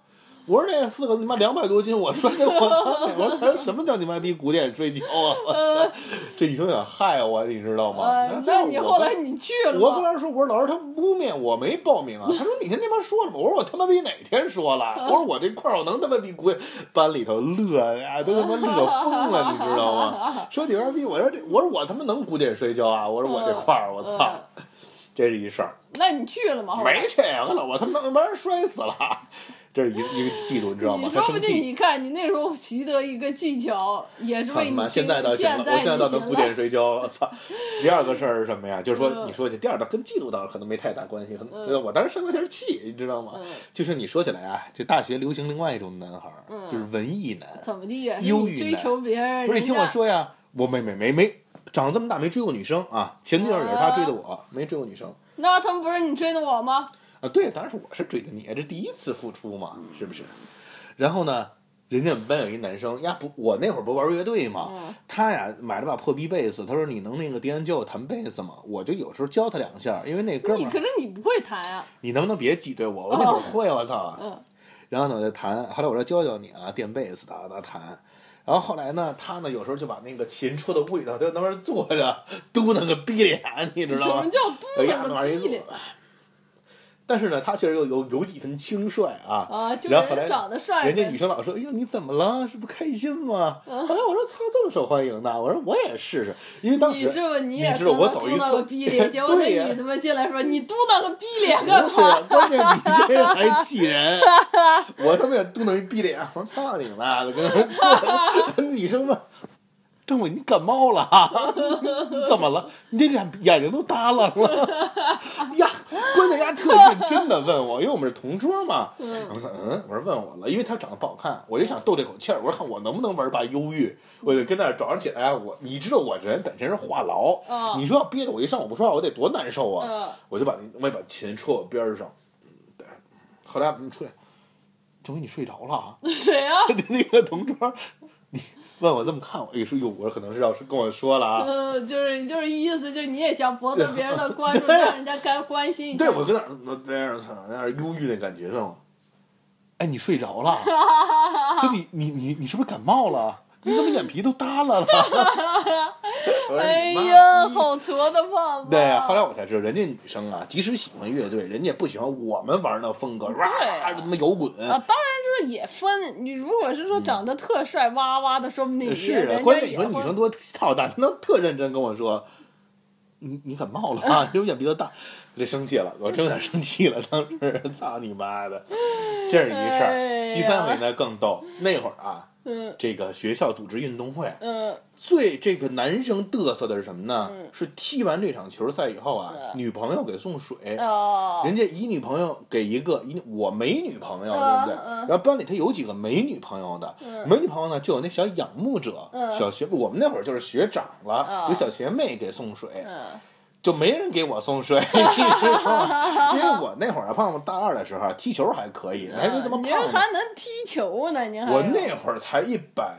Speaker 2: 我说那四个他妈两百多斤，我摔得我妈我说咱什么叫你妈逼古典摔跤啊！我操，这女生想害我，你知道吗？
Speaker 1: 呃，嗯那
Speaker 2: 在我
Speaker 1: 你
Speaker 2: 跟
Speaker 1: 后来你去了
Speaker 2: 我跟
Speaker 1: 吗？
Speaker 2: 老师说，我说老师他污蔑我没报名啊。他说你跟他妈说什么？我说我他妈逼哪天说了？我说我这块儿我能他妈比鬼班里头乐呀、都他妈乐疯了，你知道吗？说你妈逼，我说这我说我他妈能古典摔跤啊？我说我这块儿我操，
Speaker 1: 嗯
Speaker 2: 这是一事儿。
Speaker 1: 那你去了吗？后来
Speaker 2: 没去，我老我他妈把人摔死了，这是一个一个嫉妒，你知道
Speaker 1: 你？
Speaker 2: 吗他
Speaker 1: 说不
Speaker 2: 生
Speaker 1: 定
Speaker 2: 气。
Speaker 1: 你看你那时候习得一个技巧，也是
Speaker 2: 操
Speaker 1: 为
Speaker 2: 你
Speaker 1: 你
Speaker 2: 妈！
Speaker 1: 今
Speaker 2: 现在倒行了，我现在倒
Speaker 1: 你
Speaker 2: 能
Speaker 1: 行
Speaker 2: 古
Speaker 1: 了
Speaker 2: 典摔跤了。操！第二个事儿是什么呀？就是说，
Speaker 1: 嗯
Speaker 2: 你说这第二个跟嫉妒倒是可能没太大关系，可能
Speaker 1: 嗯
Speaker 2: 我当时生了气儿气，你知道吗？
Speaker 1: 嗯，
Speaker 2: 就是你说起来啊，这大学流行另外一种男孩儿，
Speaker 1: 嗯
Speaker 2: 就是文艺男。
Speaker 1: 怎么地呀？
Speaker 2: 忧
Speaker 1: 你
Speaker 2: 郁
Speaker 1: 追
Speaker 2: 男
Speaker 1: 求别人，
Speaker 2: 不是，
Speaker 1: 人
Speaker 2: 你听我
Speaker 1: 家，
Speaker 2: 说呀，我没没没没长这么大没追过女生啊，前女友也是他追的我，没追过女生
Speaker 1: 那他们不是你追的我吗？
Speaker 2: 啊。对，当然是我是追的你，啊这第一次付出嘛，是不是？然后呢，人家我们班有一男生呀，不，我那会儿不玩乐队嘛，
Speaker 1: 嗯
Speaker 2: 他呀买了把破逼贝斯，他说你能那个迪安教我弹贝斯吗？我就有时候教他两下，因为那哥
Speaker 1: 你
Speaker 2: 们
Speaker 1: 可
Speaker 2: 儿，
Speaker 1: 是你不会弹啊，
Speaker 2: 你能不能别挤兑我？我那会儿会，我操。
Speaker 1: 嗯
Speaker 2: 然后呢，我就弹。后来我说教教你啊，垫贝斯的，他弹。然后后来呢，他呢有时候就把那个琴戳到屋里头，他就在那边坐着嘟囔个逼脸，你知
Speaker 1: 什
Speaker 2: 道
Speaker 1: 么
Speaker 2: 吗？
Speaker 1: 叫嘟
Speaker 2: 哎呀，
Speaker 1: 囔
Speaker 2: 那
Speaker 1: 个
Speaker 2: 玩意儿
Speaker 1: 逼
Speaker 2: 一
Speaker 1: 脸
Speaker 2: 坐。但是呢，他确实有有有几分轻率啊。
Speaker 1: 啊？就
Speaker 2: 然后后
Speaker 1: 是
Speaker 2: 来
Speaker 1: 人长得帅呗，
Speaker 2: 人家女生老说：“哎呦，你怎么了？是不开心吗？”
Speaker 1: 嗯
Speaker 2: 后来我说：“操，这么受欢迎呢！”我说：“我也试试，因为当
Speaker 1: 你
Speaker 2: 时
Speaker 1: 是不是你
Speaker 2: 你
Speaker 1: 也
Speaker 2: 知道我
Speaker 1: 跟他
Speaker 2: 走
Speaker 1: 嘟囔个逼
Speaker 2: 一侧
Speaker 1: 脸？结果那
Speaker 2: 对呀
Speaker 1: 女的们进来说你嘟囔个逼 脸
Speaker 2: 不
Speaker 1: 干嘛？
Speaker 2: 是，关键你这还气人，我他妈也嘟囔一逼脸，我说操你妈的，跟人 做女生们，政委你感冒了 啊，你怎么了？你这眼眼睛都耷拉了 呀？关键丫特认真的问我，因为我们是同桌嘛，
Speaker 1: 嗯
Speaker 2: 我说嗯，我说问我了，因为他长得不好看，我就想斗这口气儿，我说看我能不能玩把忧郁，我就跟那儿早上起来，我你知道我人本身是话痨，
Speaker 1: 嗯
Speaker 2: 你说要憋着我一上午不说话，我得多难受啊！
Speaker 1: 嗯
Speaker 2: 我就把那我也把琴戳我边儿上，对后来我们出来，郑伟你睡着了啊？
Speaker 1: 谁啊？
Speaker 2: 那个同桌，你问我这么看我，哎说哟，我可能是要是跟我说了啊。
Speaker 1: 呃，就是就是意思就是你也想博得别人的关注，
Speaker 2: 对
Speaker 1: 让人家该关心一下。
Speaker 2: 对，我跟那儿我在那儿操在那儿忧郁的感觉问我，哎，你睡着了？啊 就你你你你是不是感冒了？啊你怎么眼皮都 耷拉了？啊我说
Speaker 1: 哎
Speaker 2: 你妈
Speaker 1: 呀，好矬的啊胖胖。
Speaker 2: 对呀，后来我才知道，人家女生啊，即使喜欢乐队，人家也不喜欢我们玩那风格，哇，
Speaker 1: 啊
Speaker 2: 什么摇滚，
Speaker 1: 啊，当然就是也分。你如果是说长得特帅哇哇的，说不定也
Speaker 2: 嗯是
Speaker 1: 人
Speaker 2: 啊，
Speaker 1: 家
Speaker 2: 关键你
Speaker 1: 也
Speaker 2: 说
Speaker 1: 会
Speaker 2: 女生多操蛋，她能特认真跟我说，你你感冒了 啊，你有眼比较大，我就生气了， 我真有点生气了，当时 操你妈的，这是一事
Speaker 1: 哎
Speaker 2: 儿。
Speaker 1: 呀
Speaker 2: 第三回呢更逗，那会儿啊，
Speaker 1: 嗯
Speaker 2: 这个学校组织运动会，
Speaker 1: 嗯
Speaker 2: 最这个男生嘚瑟的是什么呢
Speaker 1: 嗯？
Speaker 2: 是踢完这场球赛以后啊，
Speaker 1: 嗯
Speaker 2: 女朋友给送水，
Speaker 1: 哦
Speaker 2: 人家一女朋友给一个一，我没女朋友，对
Speaker 1: 嗯
Speaker 2: 不对？
Speaker 1: 嗯
Speaker 2: 然后班里他有几个没女朋友的，
Speaker 1: 嗯
Speaker 2: 没女朋友呢就有那小仰慕者，
Speaker 1: 嗯
Speaker 2: 小学我们那会儿就是学长了，
Speaker 1: 嗯
Speaker 2: 有小学妹给送水，
Speaker 1: 嗯
Speaker 2: 就没人给我 送水，你知道吗？因为我那会儿啊胖胖大二的时候啊踢球还可以，还没这么
Speaker 1: 您
Speaker 2: 胖呢。
Speaker 1: 嗯还能踢球呢？您还
Speaker 2: 我那会儿才一百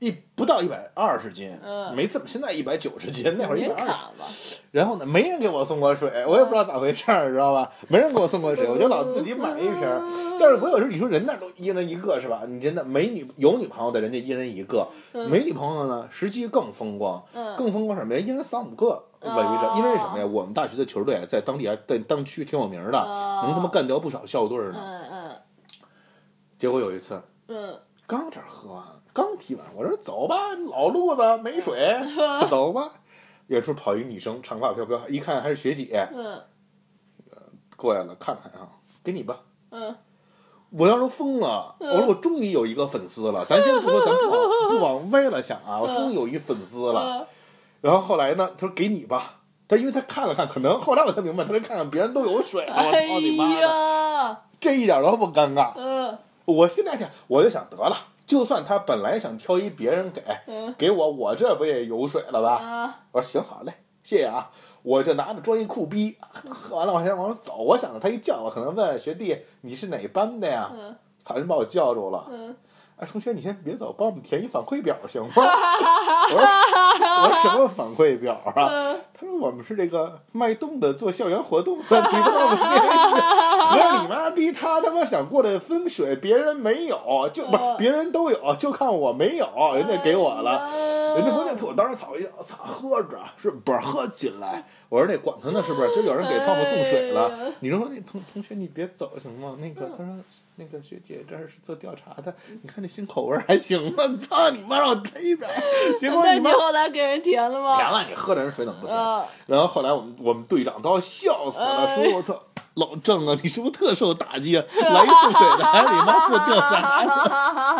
Speaker 2: 一不到一百二十斤，
Speaker 1: 嗯
Speaker 2: 没这么现在一百九十斤，那会儿一
Speaker 1: 您
Speaker 2: 百二十。
Speaker 1: 卡吧，
Speaker 2: 然后呢，没人给我送过水，我也不知道咋回事儿，知道吧？没人给我送过
Speaker 1: 嗯
Speaker 2: 水，我就老自己买一瓶儿。但是我有时候你说人那儿都一人一个是吧？你真的没女有女朋友的人家一人一个，没女朋友呢，实际更风光，
Speaker 1: 嗯
Speaker 2: 更风光什么呀？一人三五个围着
Speaker 1: 哦，
Speaker 2: 因为什么呀？我们大学的球队在当地还在当区挺有名的，
Speaker 1: 哦
Speaker 2: 能他妈干掉不少校队呢。
Speaker 1: 嗯嗯
Speaker 2: 结果有一次
Speaker 1: 嗯
Speaker 2: 刚这儿喝完，刚踢完，我说走吧，老路子 没水，走吧。远处跑一女生，长发飘飘，一看还是学姐。
Speaker 1: 嗯
Speaker 2: 过来了，看看啊，给你吧。
Speaker 1: 嗯
Speaker 2: 我当时都疯了，我说我终于有一个粉丝了。咱先不说，咱不 往不往歪了想啊，我终于有一粉丝了。
Speaker 1: 嗯，
Speaker 2: 然后后来呢，他说给你吧，他因为他看了看，可能后来我才明白，他说看看别人都有水了，我
Speaker 1: 哎
Speaker 2: 操你妈的，
Speaker 1: 呀，
Speaker 2: 这一点都不尴尬。
Speaker 1: 嗯
Speaker 2: 我现在想，我就想得了，就算他本来想挑一别人给
Speaker 1: 嗯
Speaker 2: 给我，我这不也有水了吧？
Speaker 1: 啊
Speaker 2: 我说行，好嘞，谢谢啊。我就拿着装一酷逼，喝完了我先往上走。我想着他一叫我，可能问学弟你是哪班的呀？
Speaker 1: 嗯
Speaker 2: 操人把我叫住了。
Speaker 1: 嗯
Speaker 2: 哎，同学你先别走， 帮我们填一反馈表行吗？我说我说什么反馈表啊？
Speaker 1: 嗯
Speaker 2: 他说我们是这个脉动的做校园活动，你不知道吗？ 合着你妈逼他他妈想过的风水，别人没有，就不是
Speaker 1: 哦
Speaker 2: 别人都有，就看我没有，人家给我了。
Speaker 1: 嗯
Speaker 2: 人家关键我当时操一下，操喝着是不是喝进来？我说得管他呢，是不是？就有人给泡泡送水
Speaker 1: 哎嗯
Speaker 2: 了。你说那同同学你别走行吗？那个他说那个学姐这儿是做调查的，你看这新口味儿还行吗？ 操你妈让我逮着，结果
Speaker 1: 那
Speaker 2: 你
Speaker 1: 你
Speaker 2: 妈
Speaker 1: 后来给人填了
Speaker 2: 甜
Speaker 1: 吗？
Speaker 2: 了，你喝的人水冷不甜？
Speaker 1: 呃，
Speaker 2: 然后后来我们我们队长都要笑死了，
Speaker 1: 哎
Speaker 2: 说我操，老郑啊，你是不是特受打击啊？来一送水的，还你妈做调查的。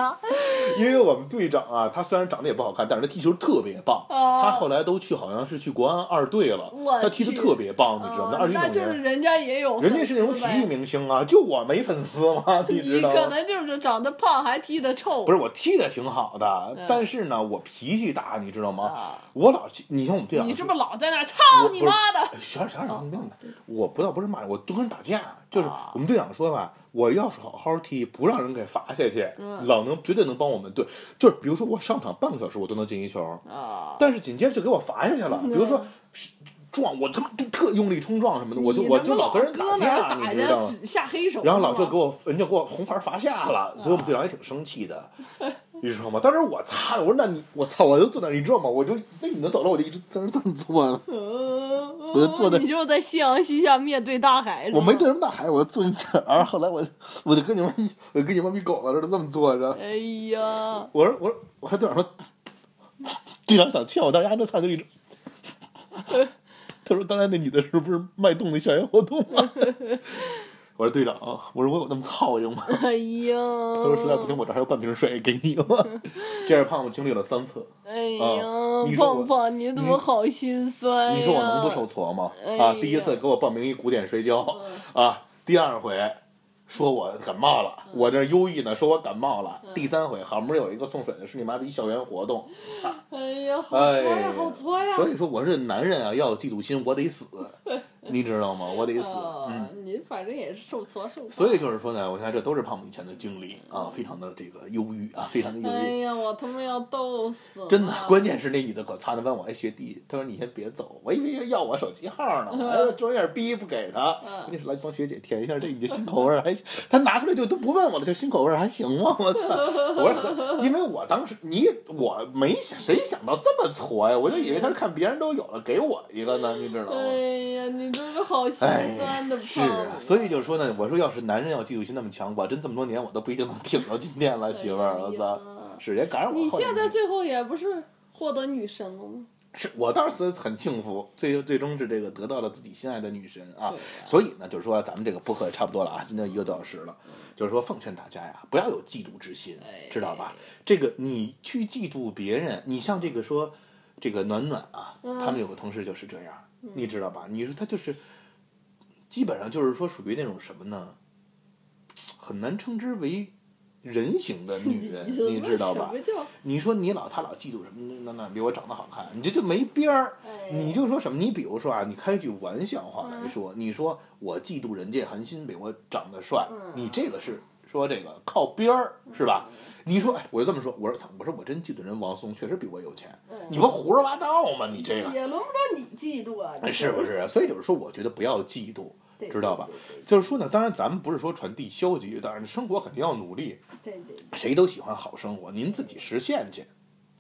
Speaker 2: 因为我们队长啊，他虽然长得也不好看，但是他踢球特别棒。
Speaker 1: 哦
Speaker 2: 他后来都去好像是去国安二队了
Speaker 4: 我，
Speaker 2: 他踢的
Speaker 4: 去
Speaker 2: 特别棒，你知道吗？二
Speaker 1: 哦
Speaker 2: 十一
Speaker 1: 那
Speaker 2: 种
Speaker 1: 就是
Speaker 2: 人，
Speaker 1: 人家也有粉丝
Speaker 2: 人
Speaker 1: 呗，
Speaker 2: 家是那种体育明星啊，就我没粉丝 嘛，你知
Speaker 1: 你
Speaker 2: 道
Speaker 1: 可
Speaker 2: 吗？
Speaker 1: 能就是长得胖还踢得臭，
Speaker 2: 不
Speaker 1: 是
Speaker 2: 是我踢的挺好的，
Speaker 1: 嗯
Speaker 2: 但是呢，我脾气大，你知道吗？
Speaker 1: 啊
Speaker 2: 我老去，你看我们队长，
Speaker 1: 你哦是不是老在那儿操
Speaker 2: 我
Speaker 1: 你
Speaker 2: 不是
Speaker 1: 妈的？
Speaker 2: 哎小点小点儿，你别打我不倒不是骂人，我就跟人打架。就是
Speaker 1: 啊
Speaker 2: 我们队长说吧，我要是好好踢，不让人给罚下去，
Speaker 1: 嗯
Speaker 2: 老能绝对能帮我们队。就是比如说我上场半个小时，我都能进一球，
Speaker 1: 啊，
Speaker 2: 但是紧接着就给我罚下去了。
Speaker 1: 嗯
Speaker 2: 比如说是撞我他妈就特用力冲撞什么的，我就
Speaker 1: 你
Speaker 2: 我
Speaker 1: 他
Speaker 2: 就
Speaker 1: 妈
Speaker 2: 老跟人
Speaker 1: 搁那
Speaker 2: 打
Speaker 1: 儿
Speaker 2: 架，
Speaker 1: 打
Speaker 2: 你知道吗？
Speaker 1: 人下黑手，
Speaker 2: 然后老舅给我人家给我红牌罚下了，所以我们队长也挺生气的，你知道吗？当时我擦，我说那你我操，我就坐那儿，你知道吗？我就那你能走了，我就一直在那儿这么坐着。
Speaker 1: 嗯，嗯
Speaker 2: 我就坐在
Speaker 1: 你就是在夕阳西下面对大海，是
Speaker 2: 我
Speaker 1: 吗
Speaker 2: 没对。什么大海，我坐你这儿，然后后来我我就跟你妈一，我跟你妈逼狗子似的这么坐着。
Speaker 1: 哎 呀，
Speaker 2: 我说我说我还队长说，队长想劝我，当时丫那 菜就一直。他说：“刚才那女的是不是脉动的校园活动啊？” 我说：“队长，啊我说我有那么操硬吗？”
Speaker 1: 哎呀，
Speaker 2: 他说：“实在不行，我这还有半瓶水给你吧。”这样胖子经历了三次，
Speaker 1: 哎
Speaker 2: 啊你
Speaker 1: 呀，
Speaker 2: 说我
Speaker 1: 胖胖，你怎么好心酸呀？
Speaker 2: 你说我能不受挫吗？
Speaker 1: 哎
Speaker 2: 啊
Speaker 1: 呀，嗯
Speaker 2: 第一次给我报名一古典摔跤，啊，第二回说我感冒了，我这优异呢，说我感冒
Speaker 1: 嗯
Speaker 2: 了。第三回好不容易有一个送水的，是你妈逼校园活动，操！
Speaker 1: 哎呀，好
Speaker 2: 哎
Speaker 1: 搓呀，好搓呀！
Speaker 2: 所以说我是男人啊，要有嫉妒心，我得死，你知道吗？我得死。
Speaker 1: 啊，你反正也是受挫受挫。
Speaker 2: 嗯所以就是说呢，我现在这都是胖子以前的经历啊，非常的这个忧郁啊，非常的忧
Speaker 1: 哎
Speaker 2: 郁。
Speaker 1: 呀，我他妈要逗死了！
Speaker 2: 真的， 关键是那女的给我擦的问我，哎，学弟，她说你先别走，我以为要我手机号呢，我要装点逼不给她，
Speaker 1: 嗯
Speaker 2: 那是来帮学姐填一下这你的新口味儿，还行她拿出来就都不问我了，就新口味儿还行吗？我操！我说，因为我当时你我没想谁想到这么挫呀，我就以为她是看别人都有了给我一个呢，你知道吗？
Speaker 1: 哎呀，你真是好心酸的
Speaker 2: 哎是
Speaker 1: 胖
Speaker 2: 啊，
Speaker 1: 子。
Speaker 2: 所以就是说呢，我说要是男人要嫉妒心那么强，我真这么多年我都不一定能挺到今天了，媳妇儿，
Speaker 1: 哎
Speaker 2: 我操！是也赶上我
Speaker 1: 你
Speaker 2: 后来
Speaker 1: 现在最后也不是获得女神了吗？
Speaker 2: 是我当时很幸福，最最终是这个得到了自己心爱的女神啊
Speaker 1: 对呀。
Speaker 2: 所以呢，就是说咱们这个播客也差不多了啊，今天一个多小时了，就是说奉劝大家呀，不要有嫉妒之心
Speaker 1: 嗯哎，
Speaker 2: 知道吧？这个你去嫉妒别人，你像这个说这个暖暖啊，
Speaker 1: 嗯
Speaker 2: 他们有个同事就是这样，你知道吧？你说他就是基本上就是说属于那种什么呢？很难称之为人形的女 人，你知道吧哎
Speaker 1: 什？么叫
Speaker 2: 你说你老他老嫉妒什么？那那比我长得好看，你这就没边儿。
Speaker 4: 哎
Speaker 2: 你就说什么？你比如说啊，你开句玩笑话来说，
Speaker 4: 嗯
Speaker 2: 你说我嫉妒人家韩信比我长得帅，
Speaker 4: 嗯
Speaker 2: 你这个是说这个靠边儿是吧？你说，哎，我就这么说，我说操，我说我真嫉妒人王松确实比我有钱，
Speaker 4: 嗯
Speaker 2: 你不胡说八道吗？你这个哎
Speaker 4: 也轮不着你嫉妒啊，这
Speaker 2: 是不是？所以就是说，我觉得不要嫉妒，
Speaker 4: 对
Speaker 2: 知道吧
Speaker 4: 对对？
Speaker 2: 就是说呢，当然咱们不是说传递消极，当然生活肯定要努力，
Speaker 4: 对对，
Speaker 2: 谁都喜欢好生活，您自己实现去。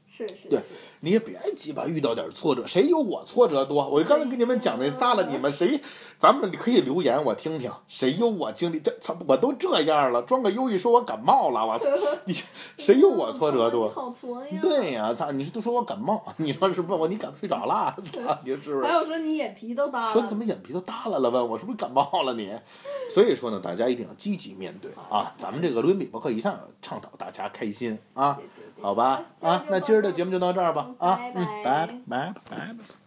Speaker 4: 是是
Speaker 2: 对
Speaker 4: 是，
Speaker 2: 你也别鸡巴遇到点挫折，谁有我挫折多？我刚才跟你们讲那仨了，你们谁，咱们可以留言我听听，谁有我经历？这操，我都这样了，装个忧郁说我感冒了， 我操，你谁有
Speaker 4: 哦
Speaker 2: 我挫折
Speaker 4: 你
Speaker 2: 多？
Speaker 4: 好挫呀！
Speaker 2: 对呀、操，你是都说我感冒，你说是问我你感睡着了？操，你是不是
Speaker 4: 还？有啊说你眼皮都耷
Speaker 2: 说你怎
Speaker 4: 了，
Speaker 2: 么眼皮都耷拉了？问我是不是感冒了你？所以说呢，大家一定要积极面对啊！咱们这个录音笔博客一向倡导大家开心啊
Speaker 4: 对对，对
Speaker 2: 好吧？啊，那今儿的节目就到这儿吧啊，嗯，
Speaker 4: 拜拜
Speaker 2: 拜拜拜拜。